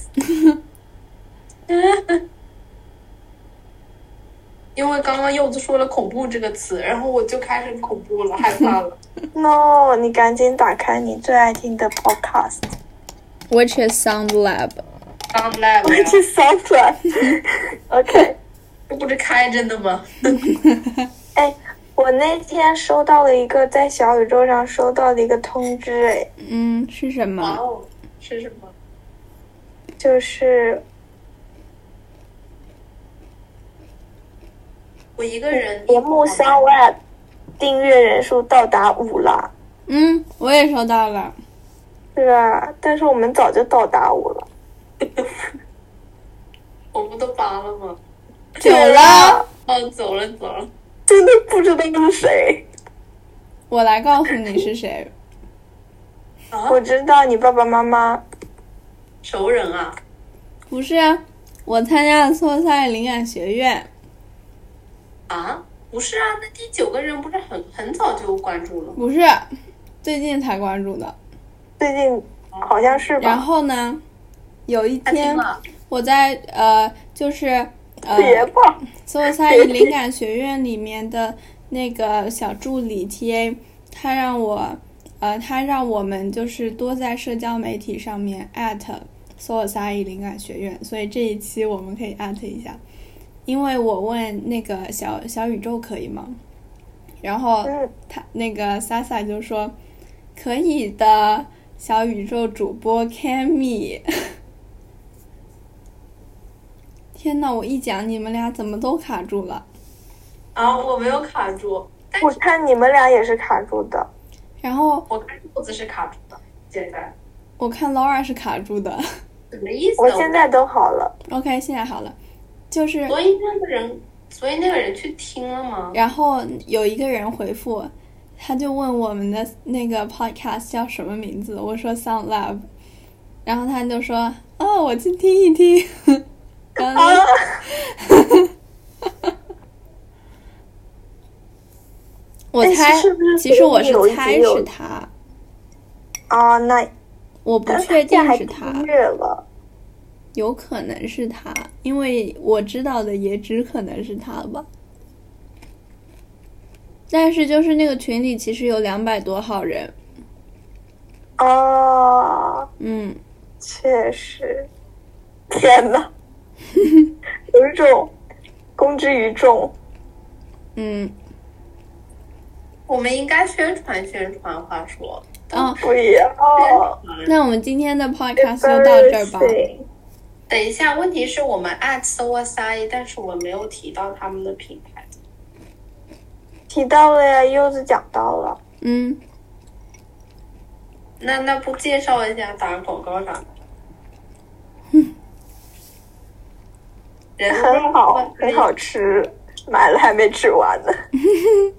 [SPEAKER 2] 因为刚刚柚子说了“恐怖”这个词，然后我就开始恐怖了，害怕了。
[SPEAKER 3] No，你赶紧打开你最爱听的 podcast。
[SPEAKER 1] Which is Sound Lab。
[SPEAKER 2] 当然了，
[SPEAKER 3] 我去搜出来。OK。
[SPEAKER 2] 这不是开着呢吗？
[SPEAKER 3] 哎，我那天收到了一个在小宇宙上收到的一个通知，哎，
[SPEAKER 1] 嗯，是什
[SPEAKER 2] 哇
[SPEAKER 1] 么？
[SPEAKER 2] 哦，是什么？
[SPEAKER 3] 就是
[SPEAKER 2] 我一个人
[SPEAKER 3] 节目 s o u n Web 订阅人数到达五了，
[SPEAKER 1] 嗯，我也收到了。
[SPEAKER 3] 是啊，但是我们早就到达五了，
[SPEAKER 2] 我不都拔了吗？
[SPEAKER 1] 九了，
[SPEAKER 2] 哦，走了走了，
[SPEAKER 3] 真的不知道是谁。
[SPEAKER 1] 我来告诉你是谁。
[SPEAKER 2] 啊，
[SPEAKER 3] 我知道你爸爸妈妈，
[SPEAKER 2] 熟人啊，
[SPEAKER 1] 不是啊，我参加了错赛灵感学院。
[SPEAKER 2] 啊，不是啊，那第九个人不是很很早就关注了吗？
[SPEAKER 1] 不是，最近才关注的。
[SPEAKER 3] 最近好像是
[SPEAKER 1] 然
[SPEAKER 3] 吧？
[SPEAKER 1] 后呢，有一
[SPEAKER 2] 他听
[SPEAKER 1] 天
[SPEAKER 2] 了，我
[SPEAKER 1] 我在呃，就是
[SPEAKER 3] 别
[SPEAKER 1] 呃，
[SPEAKER 3] 吧，
[SPEAKER 1] 所有参与灵感学院里面的那个小助理 TA，他让我，呃，他让我们就是多在社交媒体上面艾特所有参与灵感学院，所以这一期我们可以艾特一下，因为我问那个小小宇宙可以吗？然后
[SPEAKER 3] 嗯，
[SPEAKER 1] 他那个 Sasa 就说可以的，小宇宙主播 Cammy。天呐，我一讲你们俩怎么都卡住了？
[SPEAKER 2] 啊，我没有卡住，但
[SPEAKER 3] 我
[SPEAKER 2] 是
[SPEAKER 3] 看你们俩也是卡住的，
[SPEAKER 1] 然后
[SPEAKER 2] 我看兔子是卡住的。现在
[SPEAKER 1] 我看 Laura 是卡住的。
[SPEAKER 2] 什么意思啊？
[SPEAKER 3] 我现在都好了。
[SPEAKER 1] OK，现在好了，就是
[SPEAKER 2] 所以那个人，所以那个人去听了吗？
[SPEAKER 1] 然后有一个人回复，他就问我们的那个 podcast 叫什么名字，我说 Sound Lab，然后他就说哦，我去听一听。 刚
[SPEAKER 3] 啊
[SPEAKER 1] 刚，我
[SPEAKER 3] 哎
[SPEAKER 1] 猜
[SPEAKER 3] 其实是不是，
[SPEAKER 1] 其实我
[SPEAKER 3] 有
[SPEAKER 1] 是
[SPEAKER 3] 一集
[SPEAKER 1] 猜
[SPEAKER 3] 有
[SPEAKER 1] 是他，
[SPEAKER 3] 啊，那
[SPEAKER 1] 我不
[SPEAKER 3] 但是
[SPEAKER 1] 确定
[SPEAKER 3] 他
[SPEAKER 1] 是
[SPEAKER 3] 现在还
[SPEAKER 1] 他
[SPEAKER 3] 订，阅了。
[SPEAKER 1] 有可能是他，因为我知道的也只可能是他吧。但是就是那个群里其实有两百多号人，
[SPEAKER 3] 哦，
[SPEAKER 1] 嗯，
[SPEAKER 3] 确实，天 哪，有一种公之于众。
[SPEAKER 1] 嗯
[SPEAKER 2] 我们应该宣传宣传。话说，
[SPEAKER 1] 啊，
[SPEAKER 3] 不要，
[SPEAKER 1] 那我们今天的 podcast 就哦到这儿吧。
[SPEAKER 3] Embarrassing
[SPEAKER 2] 等一下，问题是我们 at s o a s i 但是我没有提到他们的品牌。
[SPEAKER 3] 提到了呀，柚子讲到了。
[SPEAKER 1] 嗯，
[SPEAKER 2] 那那不介绍一下打广告 啥的？人
[SPEAKER 3] 很好，很好吃，买了还没吃完呢。
[SPEAKER 1] 嗯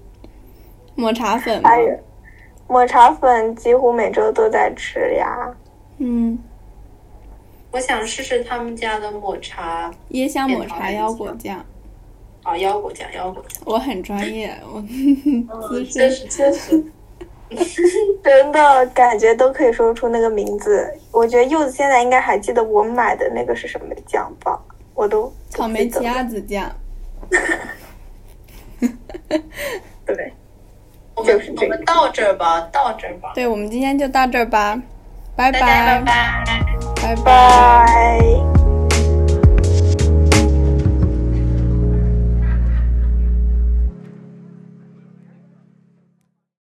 [SPEAKER 1] 抹茶粉吧
[SPEAKER 3] 哎，呀，抹茶粉几乎每周都在吃呀。
[SPEAKER 1] 嗯，
[SPEAKER 2] 我想试试他们家的抹茶
[SPEAKER 1] 椰香抹茶腰果酱，
[SPEAKER 2] 啊，腰果酱，腰果酱。
[SPEAKER 1] 我很专业，我资
[SPEAKER 2] 确
[SPEAKER 1] 深。
[SPEAKER 2] 实确实，
[SPEAKER 3] 真的感觉都可以说出那个名字。我觉得柚子现在应该还记得我买的那个是什么酱吧？我都不
[SPEAKER 1] 草莓啊
[SPEAKER 3] 记得
[SPEAKER 1] 奇
[SPEAKER 3] 了
[SPEAKER 1] 亚籽酱，
[SPEAKER 3] 对，
[SPEAKER 2] 我们
[SPEAKER 3] 就是这
[SPEAKER 2] 我
[SPEAKER 3] 个
[SPEAKER 2] 们到这儿吧，到这儿吧，
[SPEAKER 1] 对，我们今天就到这儿吧，拜
[SPEAKER 2] 大家拜
[SPEAKER 1] 拜
[SPEAKER 2] 拜。
[SPEAKER 1] 拜
[SPEAKER 3] 拜。